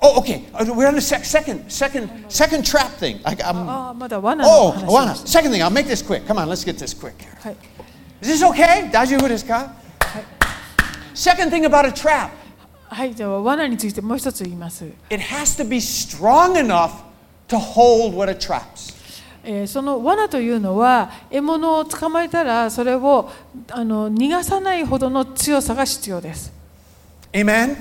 Speaker 1: Oh, okay. Uh, We're on the sec- second, second, second trap thing. I, I'm,
Speaker 2: ああ、まだ罠の
Speaker 1: oh,
Speaker 2: 話を
Speaker 1: Awana.
Speaker 2: し
Speaker 1: Second thing. I'll make this quick. Come on, let's get this quick.
Speaker 2: たはい。
Speaker 1: Is this okay? Daijoubu desu ka? Second thing about a trap,
Speaker 2: はい、では罠についてもう一つ言います。
Speaker 1: it has to be strong enough to hold what it traps.
Speaker 2: えーその罠というのは獲物を捕まえたらそれをあの逃がさないほどの強さが必要です、
Speaker 1: Amen?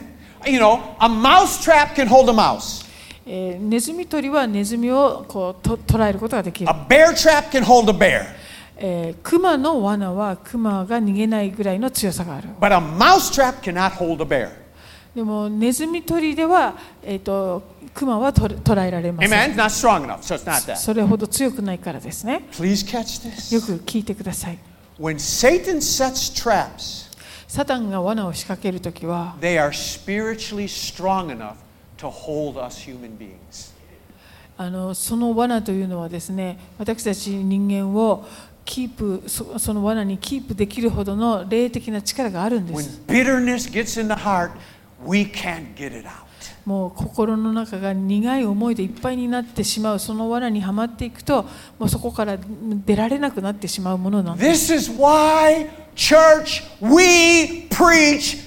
Speaker 1: You know, a mouse trap can hold a mouse.
Speaker 2: えーネズミ捕りはネズミをこうと捉えることができる
Speaker 1: A、bear trap can hold a bear.
Speaker 2: えー、クマの罠はクマが逃げないぐらいの強さがある
Speaker 1: But a mouse trap cannot hold a bear.
Speaker 2: でもネズミ捕りでは、えー、とクマはと捉えられません
Speaker 1: Amen? It's not strong enough, so it's not that.
Speaker 2: それほど強くないからですね
Speaker 1: Please catch
Speaker 2: よ
Speaker 1: this.
Speaker 2: く聞いてください
Speaker 1: When Satan sets traps,
Speaker 2: サタンが罠を仕掛けるときは
Speaker 1: they are spiritually strong enough to hold us human beings.
Speaker 2: あのその罠というのはですね私たち人間をキープそその罠にキープできるほどの霊的な力があるんで
Speaker 1: When
Speaker 2: す
Speaker 1: bitterness gets in the heart, we can't get it out.
Speaker 2: もう心の中が苦い思いでいっぱいになってしまうその罠にはまっていくともうそこから出られなくなってしまうものなんです
Speaker 1: This is why, church, we preach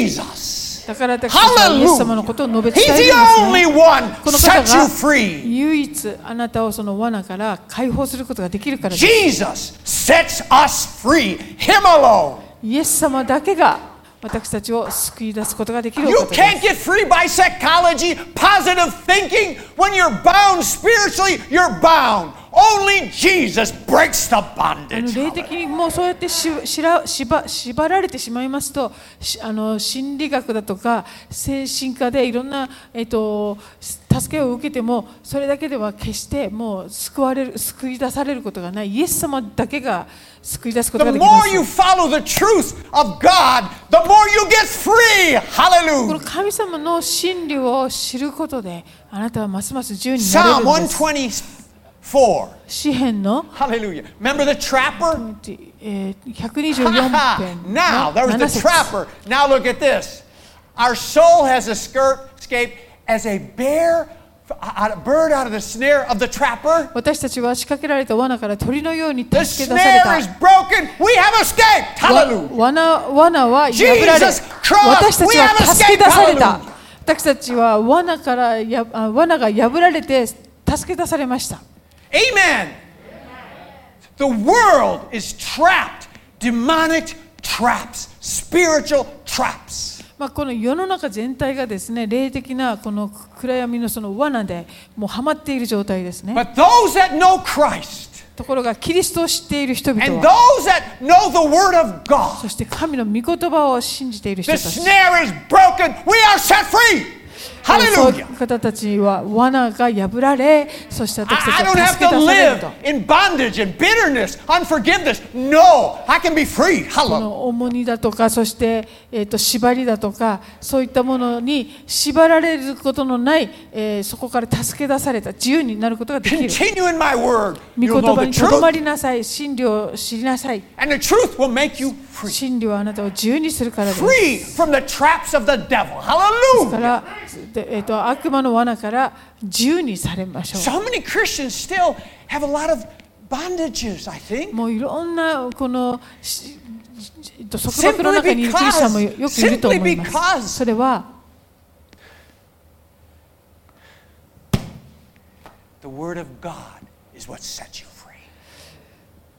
Speaker 1: Jesus.
Speaker 2: だから私たちはイエス様のことを述べ
Speaker 1: Hallelujah.
Speaker 2: 伝
Speaker 1: He's
Speaker 2: えるん
Speaker 1: the only
Speaker 2: です、ね、
Speaker 1: one
Speaker 2: この方
Speaker 1: set you
Speaker 2: が
Speaker 1: free.
Speaker 2: 唯一あなたをその罠から解放することができるからです
Speaker 1: Jesus sets us free. Him alone.
Speaker 2: イエス様だけが私たちを救い出すことができるお
Speaker 1: You
Speaker 2: 方です
Speaker 1: can't get free by psychology, positive thinking. When you're bound spiritually, you're bound. Only Jesus breaks the
Speaker 2: あの
Speaker 1: bondage.
Speaker 2: 霊的にもうそうやってししら縛縛られてしまいますとしあの心理学だとか精神科でいろんな、えっと助けを受けてもそれだけでは決してもう救われる救い出されることがないイエス様だけが救い出すことが
Speaker 1: The
Speaker 2: できま
Speaker 1: more
Speaker 2: す
Speaker 1: you follow the truth of God, the more you get free.
Speaker 2: この
Speaker 1: Hallelujah.
Speaker 2: 神様の真理を知ることであなたはますます自由になれ
Speaker 1: Psalm
Speaker 2: るんで
Speaker 1: 124.
Speaker 2: す。詩篇の
Speaker 1: Hallelujah. Remember the trapper?
Speaker 2: えー
Speaker 1: Ha
Speaker 2: 124
Speaker 1: ha.
Speaker 2: 編の
Speaker 1: now, there was
Speaker 2: 7
Speaker 1: the
Speaker 2: 節
Speaker 1: trapper. Now look at this. Our soul has escur- escaped as a bear, a bird out of the snare of the trapper.
Speaker 2: 私たちは仕掛けられた罠から鳥のように
Speaker 1: The
Speaker 2: 助け出され
Speaker 1: snare is
Speaker 2: た。
Speaker 1: broken. We have escaped.
Speaker 2: わ
Speaker 1: Hallelujah.
Speaker 2: 罠罠は破られ、
Speaker 1: Jesus Christ,
Speaker 2: 私たち
Speaker 1: we
Speaker 2: は
Speaker 1: have escaped.
Speaker 2: 助け出された
Speaker 1: Hallelujah.。
Speaker 2: 私たちは罠からやあ罠が破られて助け出されました。
Speaker 1: Amen. The world is trapped. Demonic traps. Spiritual traps.
Speaker 2: まあ、この世の中全体がですね霊的なこの暗闇のその罠でもうはまっている状態ですね。
Speaker 1: But those that know Christ
Speaker 2: ところがキリストを知っている人
Speaker 1: and
Speaker 2: 々は、
Speaker 1: those that know the Word of God.
Speaker 2: そして神の御言葉を信じている人
Speaker 1: The
Speaker 2: たち。
Speaker 1: snare is broken. We are set free.
Speaker 2: そうい
Speaker 1: Hallelujah.
Speaker 2: う方たちは罠が破られ、そして私
Speaker 1: I, I
Speaker 2: たち
Speaker 1: don't
Speaker 2: は
Speaker 1: have
Speaker 2: 助け
Speaker 1: to
Speaker 2: 出される
Speaker 1: live。in bondage and
Speaker 2: と
Speaker 1: bitterness, unforgiveness. No, I can be free.
Speaker 2: こ
Speaker 1: Hallelujah.
Speaker 2: の重荷だとか、そして、えー、と縛りだとか、そういったものに縛られることのない、えーそこから助け出された、自由になることができる。
Speaker 1: Continue in my word.
Speaker 2: 御言
Speaker 1: You'll know
Speaker 2: 葉
Speaker 1: the
Speaker 2: にとどま
Speaker 1: truth,
Speaker 2: りなさい、真理を知りなさい。
Speaker 1: and the truth will make you free.
Speaker 2: 真理はあなたを自由にするからです。
Speaker 1: Free from the traps of the devil.
Speaker 2: だか
Speaker 1: Hallelujah.
Speaker 2: ら、でえー、と悪魔の罠から自由にされましょ
Speaker 1: So many Christians still have a lot of bondages, I
Speaker 2: う。
Speaker 1: think.
Speaker 2: もういろんなこのしえーと束縛の
Speaker 1: Simply
Speaker 2: 中にいるクリスチャンもよくいると
Speaker 1: because,
Speaker 2: 思い
Speaker 1: simply
Speaker 2: ま
Speaker 1: because
Speaker 2: す。それは
Speaker 1: The word of God is what sets you free.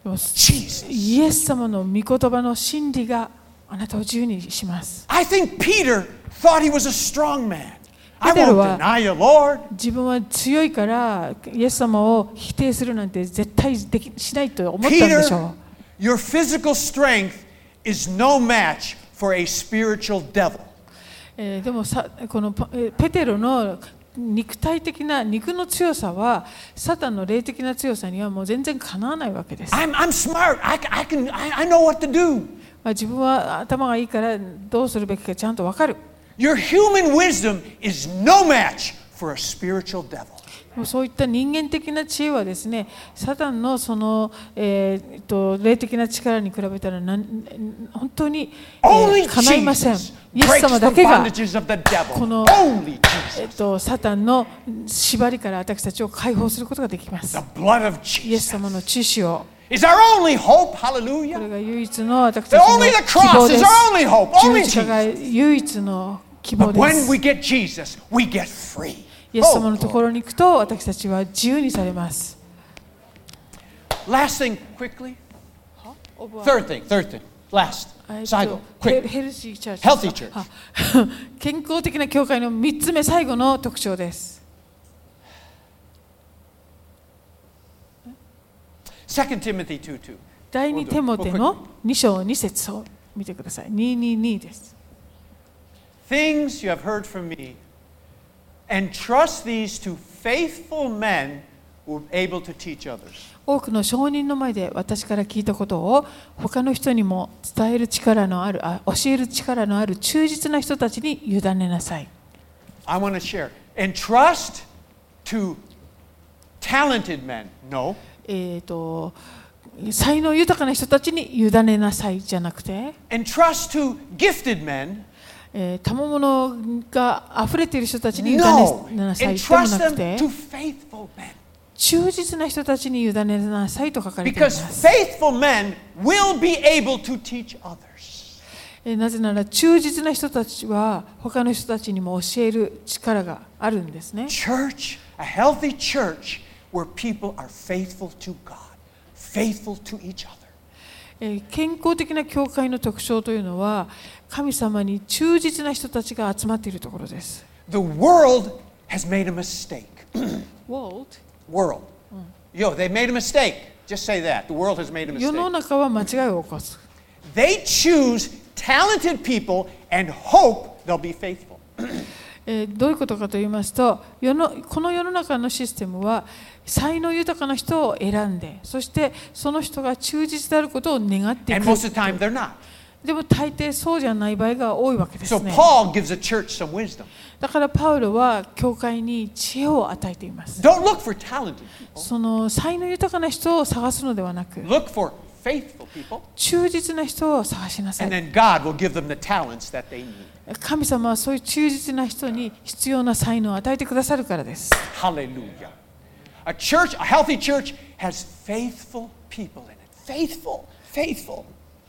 Speaker 2: でも
Speaker 1: Jesus.
Speaker 2: イエス様の御言葉の真理があなたを自由にします。
Speaker 1: I think Peter thought he was a strong man. I
Speaker 2: ペテロは-
Speaker 1: won't deny you, Lord.
Speaker 2: 自分は強いからイエス様を否定するなんて絶対できしないと思ったんでしょ
Speaker 1: Peter, your physical strength is no match for a spiritual devil.
Speaker 2: えーでもさこのパえーペテロの肉体的な肉の強さはサタンの霊的な強さにはもう全然かなわないわけです、
Speaker 1: I'm, I'm smart. I, c- I can, I, I know what to do.
Speaker 2: まあ、自分は頭がいいからどうするべきかちゃんとわかる
Speaker 1: Your human wisdom is no match for a spiritual devil.
Speaker 2: もうそういった人間的な知恵はですねサタンのその、えーえっと霊的な力に比べたらなん本当に、え
Speaker 1: Only
Speaker 2: ー、かないませんイエ
Speaker 1: Jesus
Speaker 2: ス
Speaker 1: breaks
Speaker 2: 様
Speaker 1: the
Speaker 2: だけが、
Speaker 1: bondages of the devil.
Speaker 2: この-
Speaker 1: Only Jesus.
Speaker 2: えっとサタンの縛りから私たちを解放することができます
Speaker 1: The blood of
Speaker 2: イエス
Speaker 1: Jesus
Speaker 2: 様の血潮を
Speaker 1: is our only hope.
Speaker 2: こ
Speaker 1: Hallelujah.
Speaker 2: れが唯一の私た
Speaker 1: The
Speaker 2: ちの
Speaker 1: only the
Speaker 2: 希望
Speaker 1: cross
Speaker 2: で
Speaker 1: is
Speaker 2: す
Speaker 1: our only hope.
Speaker 2: 十
Speaker 1: Only
Speaker 2: 字架
Speaker 1: Jesus.
Speaker 2: が唯一の希望
Speaker 1: But
Speaker 2: で
Speaker 1: when
Speaker 2: す
Speaker 1: we get Jesus, we get free.
Speaker 2: イエス
Speaker 1: Oh,
Speaker 2: 様のとこ
Speaker 1: glory.
Speaker 2: ろに行くと私たちは自由にされます
Speaker 1: oh. Last thing, quickly. Third thing, third thing. Last.
Speaker 2: えっ
Speaker 1: Saigo,
Speaker 2: とヘ
Speaker 1: quick.
Speaker 2: ヘルシーチャーチ
Speaker 1: Healthy church.
Speaker 2: あ *laughs* 健康的な教会の3つ目最後の特徴です
Speaker 1: Second Timothy 2 2.
Speaker 2: 第2テモテの2章2節を見てください222です
Speaker 1: Things you have heard from me, and trust these to faithful men who are able to teach others.
Speaker 2: 多くの証人の前で私から聞いたことを他の人にも伝える力のあるあ教える力のある忠実な人たちに委ねなさい
Speaker 1: I want to share. And trust to talented men. No.
Speaker 2: えー、と才能豊かな人たちに委ねなさいじゃなくて、
Speaker 1: And trust to gifted men.
Speaker 2: えー、賜物が溢れている人たちに委ね
Speaker 1: No.
Speaker 2: なさい
Speaker 1: And
Speaker 2: では
Speaker 1: trust
Speaker 2: なく
Speaker 1: them
Speaker 2: て
Speaker 1: to faithful men.
Speaker 2: 忠実な人たちに委ねなさいと書かれていま
Speaker 1: Because
Speaker 2: す、
Speaker 1: faithful men will be able to teach others.
Speaker 2: えーなぜなら忠実な人たちは他の人たちにも教える力があるんですね
Speaker 1: Church, a healthy church where people are faithful to God, faithful to each other.
Speaker 2: えー健康的な教会の特徴というのは神様に忠実な人たちが集まっているところです。
Speaker 1: The world has made a mistake. World. Yo, they made a mistake. Just say that. The world has made a
Speaker 2: 世の
Speaker 1: mistake.
Speaker 2: 中は間違いを起こす。
Speaker 1: They choose talented people and hope they'll be faithful.
Speaker 2: えーどういうことかと言いますと世のこの世の中のシステムは才能豊かな人を選んでそしてその人が忠実であることを願ってい
Speaker 1: And
Speaker 2: く
Speaker 1: most of the time, they're not.
Speaker 2: でも大抵そうじゃない場合が多いわけで
Speaker 1: So
Speaker 2: すね
Speaker 1: Paul gives the church some wisdom.
Speaker 2: だからパウロは教会に知恵を与えています
Speaker 1: Don't look for talented people.
Speaker 2: その才能豊かな人を探すのではなく
Speaker 1: Look for faithful people.
Speaker 2: 忠実な人を探しなさ
Speaker 1: And
Speaker 2: い
Speaker 1: then God will give them the talents that they need.
Speaker 2: 神様はそういう忠実な人に必要な才能を与えてくださるからです
Speaker 1: Hallelujah. A church, a healthy church, has faithful people in it. Faithful, faithful.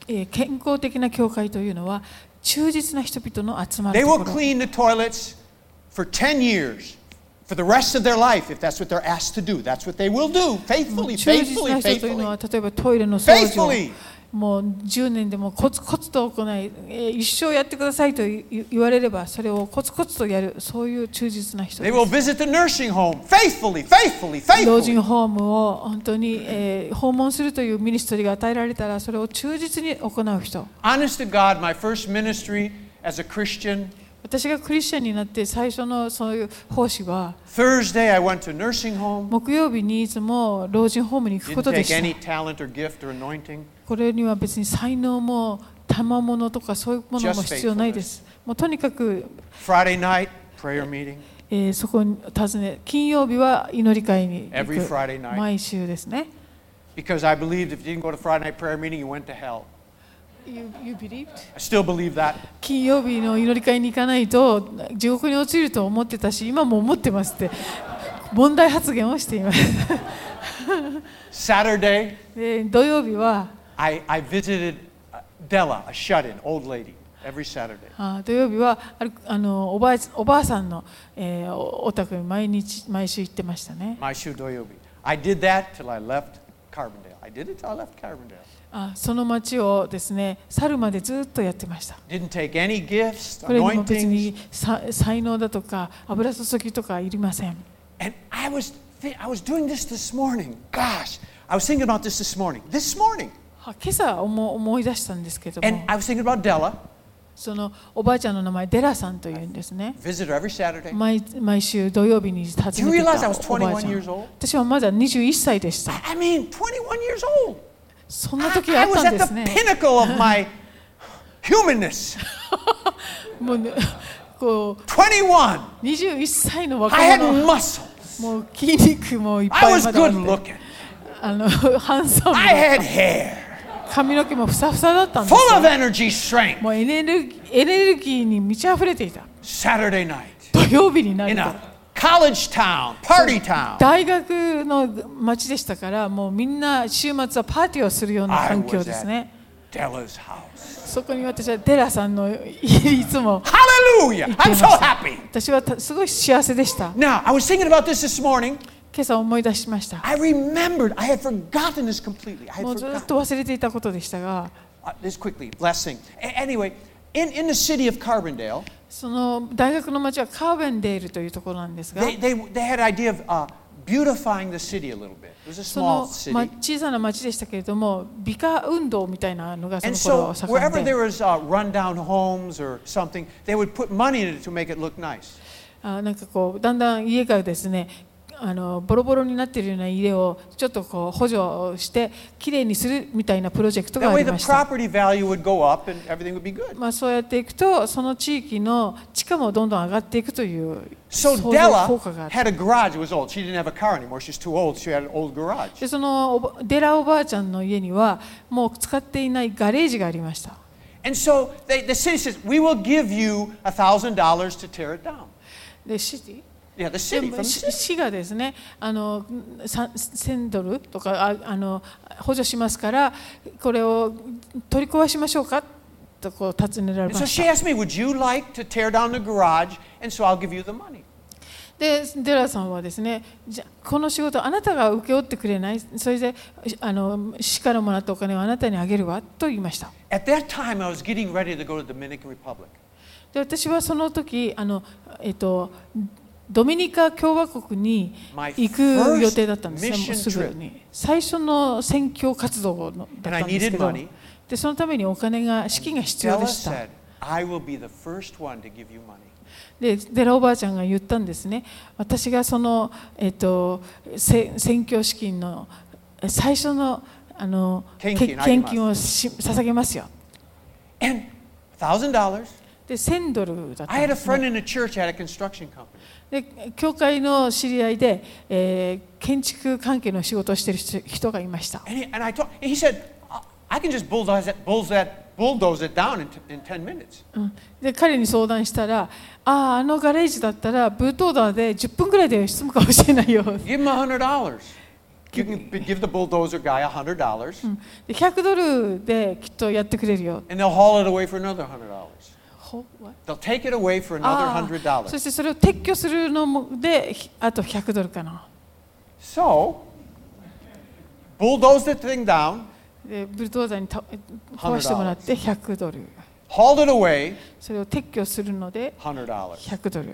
Speaker 2: えー健康的な教会というのは忠実な人々の集まる
Speaker 1: They
Speaker 2: とこ
Speaker 1: will
Speaker 2: ろ
Speaker 1: clean the toilets for 10 years, for the rest of their life, if that's what they're asked to do. That's what they will do.
Speaker 2: もう
Speaker 1: Faithfully,
Speaker 2: 忠実な
Speaker 1: faithfully,
Speaker 2: 人というの
Speaker 1: faithfully.
Speaker 2: は例えばトイレの掃除
Speaker 1: Faithfully.
Speaker 2: をもう10年でもコツコツと行いえー一生やってくださいとい言われればそれをコツコツとやるそういう忠実な人
Speaker 1: They
Speaker 2: で
Speaker 1: will
Speaker 2: す
Speaker 1: visit the nursing home. Faithfully, faithfully,
Speaker 2: 老人
Speaker 1: faithfully.
Speaker 2: ホームを本当に、えー訪問するというミニストリーが与えられたらそれを忠実に行う人
Speaker 1: Honest to God, my first ministry as a Christian,
Speaker 2: 私がクリスチャンになって最初のそういう奉仕は
Speaker 1: Thursday I went to nursing home.
Speaker 2: 木曜日にいつも老人ホームに行くこ
Speaker 1: Didn't
Speaker 2: とで
Speaker 1: take
Speaker 2: した
Speaker 1: any talent or gift or anointing.
Speaker 2: これには別に才能も賜物とかそういうものも必要ないです。もうとにかく、
Speaker 1: Friday night, prayer meeting.
Speaker 2: えーそこに訪ね、金曜日は祈り会に
Speaker 1: Every
Speaker 2: 行
Speaker 1: Friday
Speaker 2: く
Speaker 1: night.
Speaker 2: 毎週ですね。
Speaker 1: Because I believed if you didn't go to Friday night prayer meeting, you went to hell. I still believe that.
Speaker 2: 金曜日の祈り会に行かないと地獄に落ちると思ってたし、今も思ってますって問題発言をしています。
Speaker 1: Saturday,
Speaker 2: *laughs* で土曜日は
Speaker 1: I, I visited uh, Della, a shut in, old lady, every Saturday.
Speaker 2: あー土曜日はあるあのおばあおばあさんの、えーおお宅に毎日毎週行ってましたね。
Speaker 1: My shoe doyobi. I did that till I left Carbondale. I did it till I left Carbondale.
Speaker 2: あその町をですね去るまでずっとやってました
Speaker 1: Didn't take any gifts,
Speaker 2: これにも別
Speaker 1: anointings.
Speaker 2: にさ才能だとか油注ぎとかいりません
Speaker 1: And I was, thi- I was doing this this morning. Gosh, I was thinking about this this morning. This morning.
Speaker 2: あ今朝思思い出したんですけど
Speaker 1: And
Speaker 2: も
Speaker 1: I was thinking about Della.
Speaker 2: そのおばあちゃんの名前デラさんというんですね
Speaker 1: Visit her every Saturday.
Speaker 2: 毎毎週土曜日に訪ね
Speaker 1: Do you
Speaker 2: て
Speaker 1: realize I
Speaker 2: た
Speaker 1: was
Speaker 2: おばあちゃ
Speaker 1: 21 years
Speaker 2: ん
Speaker 1: old?
Speaker 2: 私はまだ21歳でした
Speaker 1: I mean, 21 years old.
Speaker 2: そんな
Speaker 1: I,
Speaker 2: 時があ
Speaker 1: I
Speaker 2: っ
Speaker 1: was
Speaker 2: たん
Speaker 1: at
Speaker 2: で
Speaker 1: the
Speaker 2: すね
Speaker 1: pinnacle of my humanness.
Speaker 2: もうね *laughs* こ
Speaker 1: 21.
Speaker 2: う21歳の
Speaker 1: I
Speaker 2: 若
Speaker 1: had
Speaker 2: 者
Speaker 1: muscle.
Speaker 2: もう筋肉もいっ
Speaker 1: I
Speaker 2: ぱい
Speaker 1: was
Speaker 2: まだあ
Speaker 1: good
Speaker 2: って
Speaker 1: looking.
Speaker 2: あの *laughs* ハンサム
Speaker 1: I had hair.
Speaker 2: 髪の毛もふさふさだったんです
Speaker 1: Full of
Speaker 2: よ
Speaker 1: energy, strength.
Speaker 2: もうエネルギーエネルギーに満ち溢れていた
Speaker 1: Saturday night
Speaker 2: 土曜日になる
Speaker 1: in
Speaker 2: と
Speaker 1: a college town, party town.
Speaker 2: 大学の町でしたからもうみんな週末はパーティーをするような
Speaker 1: I
Speaker 2: 環境
Speaker 1: was
Speaker 2: ですね
Speaker 1: at Della's house.
Speaker 2: そこに私はデラさんの家にいつも
Speaker 1: Hallelujah!
Speaker 2: 行ってい
Speaker 1: I'm
Speaker 2: ま
Speaker 1: so
Speaker 2: した
Speaker 1: happy.
Speaker 2: 私はたすごい幸せでした
Speaker 1: Now, I was thinking about this this morning.
Speaker 2: 今朝思い出しました
Speaker 1: I remembered. I had forgotten this completely. I had
Speaker 2: もうずっ
Speaker 1: forgotten.
Speaker 2: と忘れていたことでしたが
Speaker 1: Uh, this quickly, last thing. A- anyway, in, in the city of Carbondale,
Speaker 2: その大学の町はカーベンデールというところなんですが
Speaker 1: they, they, they had an idea of uh, beautifying the city a little bit. It was a
Speaker 2: そ
Speaker 1: small
Speaker 2: の、ま
Speaker 1: city.
Speaker 2: 小さな町でしたけれども美化運動みたいなのがそ
Speaker 1: And
Speaker 2: の
Speaker 1: so
Speaker 2: 頃盛
Speaker 1: wherever
Speaker 2: んで
Speaker 1: there was uh, rundown homes or something, they would put money in it to make it look nice.
Speaker 2: あなんかこうだんだん家がですねあのボロボロになっているような家をちょっとこう補助をしてきれいにするみたいなプロジェクトが
Speaker 1: That
Speaker 2: あ
Speaker 1: way
Speaker 2: り
Speaker 1: the
Speaker 2: ました、
Speaker 1: property value would go up and everything would be good.
Speaker 2: まあ、そうやっていくとその地域の地価もどんどん上がっていくという
Speaker 1: So
Speaker 2: 相乗効果があ
Speaker 1: Della
Speaker 2: って
Speaker 1: had a garage. It was old. She didn't have a car anymore. She's too old. She had an old garage.
Speaker 2: でそのおばデラおばあちゃんの家にはもう使っていないガレージがありました
Speaker 1: And so they, the city says, "We will give you a thousand dollars to tear it down."
Speaker 2: でシティ
Speaker 1: Yeah, the
Speaker 2: で
Speaker 1: city.
Speaker 2: も
Speaker 1: From the
Speaker 2: し
Speaker 1: city.
Speaker 2: 市がですねあのさ1000ドルとかああの補助しますからこれを取り壊しましょうかとこう尋ねら
Speaker 1: And
Speaker 2: れま
Speaker 1: so
Speaker 2: し
Speaker 1: she
Speaker 2: た
Speaker 1: asked me, "Would you like to tear down the garage?" And so I'll give you the money.
Speaker 2: でデラさんはですねじゃこの仕事あなたが請け負ってくれないそれであの市からもらったお金をあなたにあげるわと言いました
Speaker 1: At that time, I was getting ready to go to Dominican Republic.
Speaker 2: で私はその時あの、えっと、ドミニカ共和国に
Speaker 1: My
Speaker 2: 行く予定だったんですね
Speaker 1: first
Speaker 2: もうすぐに最初の宣教活動のだったんですけ
Speaker 1: And
Speaker 2: ど
Speaker 1: I needed money.
Speaker 2: でそのためにお金が資金が必要
Speaker 1: Della
Speaker 2: でした
Speaker 1: said, "I will be the first one to give you money."
Speaker 2: でデラおばあちゃんが言ったんですね私がその、えっと、せ宣教資金のえ最初のあの
Speaker 1: 献
Speaker 2: け
Speaker 1: 金あげ
Speaker 2: 献
Speaker 1: ます
Speaker 2: 金をし捧げますよ
Speaker 1: And thousand dollars.
Speaker 2: で1000ドルだった
Speaker 1: I had
Speaker 2: んで
Speaker 1: a
Speaker 2: すね
Speaker 1: friend in the church had a construction company.
Speaker 2: で教会の知り合いで、えー建築関係の仕事をしている人人がいました。
Speaker 1: And, he, and I told, and he said, "I- I can just bulldoze that, bulldoze that, bulldoze it down in, t- in 10 minutes.
Speaker 2: うんで彼に相談したら、ああ、あのガレージだったら、ブートーダーで10分ぐらいで済むかもしれないよ。
Speaker 1: Give him $100. You can b- give the bulldozer guy $100,
Speaker 2: うんで100ドルできっとやってくれるよ。
Speaker 1: and they'll haul it away for another $100.
Speaker 2: ほ what？
Speaker 1: They'll take it away for
Speaker 2: あ
Speaker 1: another
Speaker 2: あそ
Speaker 1: $100.
Speaker 2: してそれを撤去するのもで、ひあと100ドルかな。
Speaker 1: So, bulldoze the thing down,
Speaker 2: でブルドーザーにた壊してもらって100ドル。
Speaker 1: hauled it away,
Speaker 2: それを撤去するので
Speaker 1: $100.
Speaker 2: 100ドル。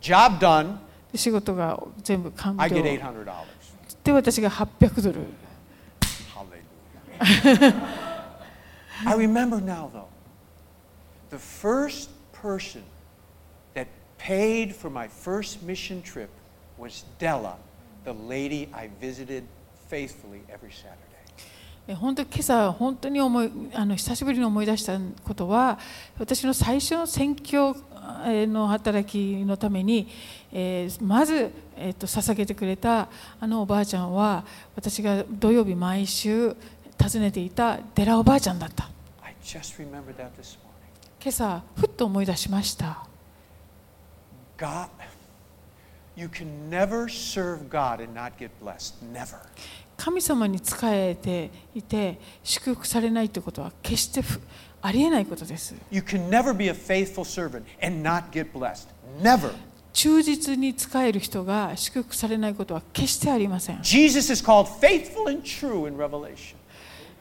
Speaker 1: Job done,
Speaker 2: で仕事が全部完
Speaker 1: I get
Speaker 2: 了。
Speaker 1: $800.
Speaker 2: で私が800ドル
Speaker 1: Hallelujah. I remember now, though, the first person that paid for my first mission trip was Della, the lady I visited faithfully every Saturday.
Speaker 2: え本当に今朝本当に思いあの久しぶりに思い出したことは私の最初の選挙えーの働きのために、えーまず、えー、と捧げてくれたあのおばあちゃんは私が土曜日毎週訪ねていた寺おばあちゃんだった
Speaker 1: I just remembered that this morning.
Speaker 2: 今朝ふっと思い出しました
Speaker 1: God, you can never serve God and not get blessed. Never.
Speaker 2: 神様に仕えていて祝福されないということは決してふありえないことです
Speaker 1: You can never be a faithful servant and not get blessed. Never.
Speaker 2: 忠実に仕える人が祝福されないことは決してありません。
Speaker 1: Jesus is called faithful and true in Revelation.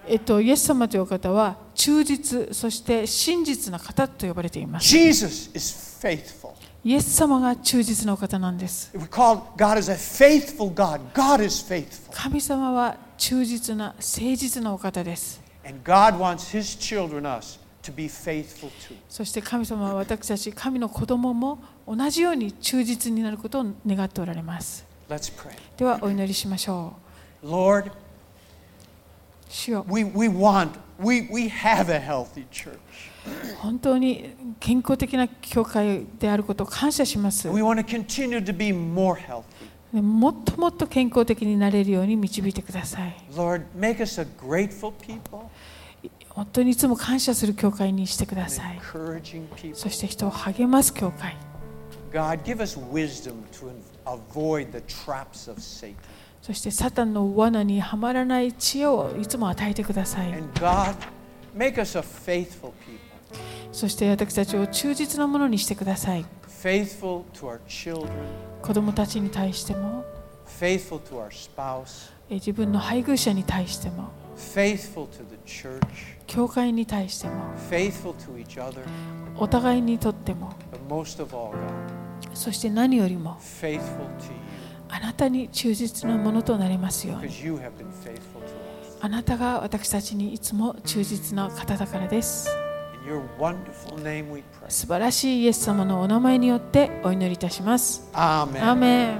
Speaker 2: えっと、イエス様というお方は忠実、そして真実な方と呼ばれています。
Speaker 1: Jesus is faithful.
Speaker 2: イエス様が忠実なお方なんです。
Speaker 1: We're called God is a faithful God. God is faithful.
Speaker 2: 神様は忠実な、誠実なお方です。
Speaker 1: And God wants His children, us, to to be faithful to.
Speaker 2: そして神様は私たち神の子供も同じように忠実になることを願っておられます
Speaker 1: Let's pray.
Speaker 2: ではお祈りしましょ
Speaker 1: Lord,
Speaker 2: う主よ
Speaker 1: we, we want, we, we have a healthy church.
Speaker 2: 本当に健康的な教会であることを感謝します
Speaker 1: And we want to continue to be more healthy.
Speaker 2: もっともっと健康的になれるように導いてください
Speaker 1: Lord, make us a grateful people,
Speaker 2: 本当にいつも感謝する教会にしてくだ
Speaker 1: an
Speaker 2: さい
Speaker 1: encouraging people.
Speaker 2: そして人を励ます教会
Speaker 1: God, give us wisdom to avoid the traps of Satan.
Speaker 2: そしてサタンの罠にはまらない知恵をいつも与えてください
Speaker 1: And God, make us a faithful people,
Speaker 2: そして私たちを忠実なものにしてください
Speaker 1: faithful to our children,
Speaker 2: 子供たちに対しても
Speaker 1: faithful to our spouse,
Speaker 2: え自分の配偶者に対しても
Speaker 1: faithful to the church,
Speaker 2: 教会に対しても
Speaker 1: faithful to each other,
Speaker 2: お互いにとっても
Speaker 1: but most of all, God,
Speaker 2: そして何よりも
Speaker 1: faithful to you,
Speaker 2: あなたに忠実なものとなれますように
Speaker 1: because you have been faithful to us.
Speaker 2: あなたが私たちにいつも忠実な方だからです
Speaker 1: In your wonderful name we pray.
Speaker 2: 素晴らしいイエス様のお名前によってお祈りいたしますアーメン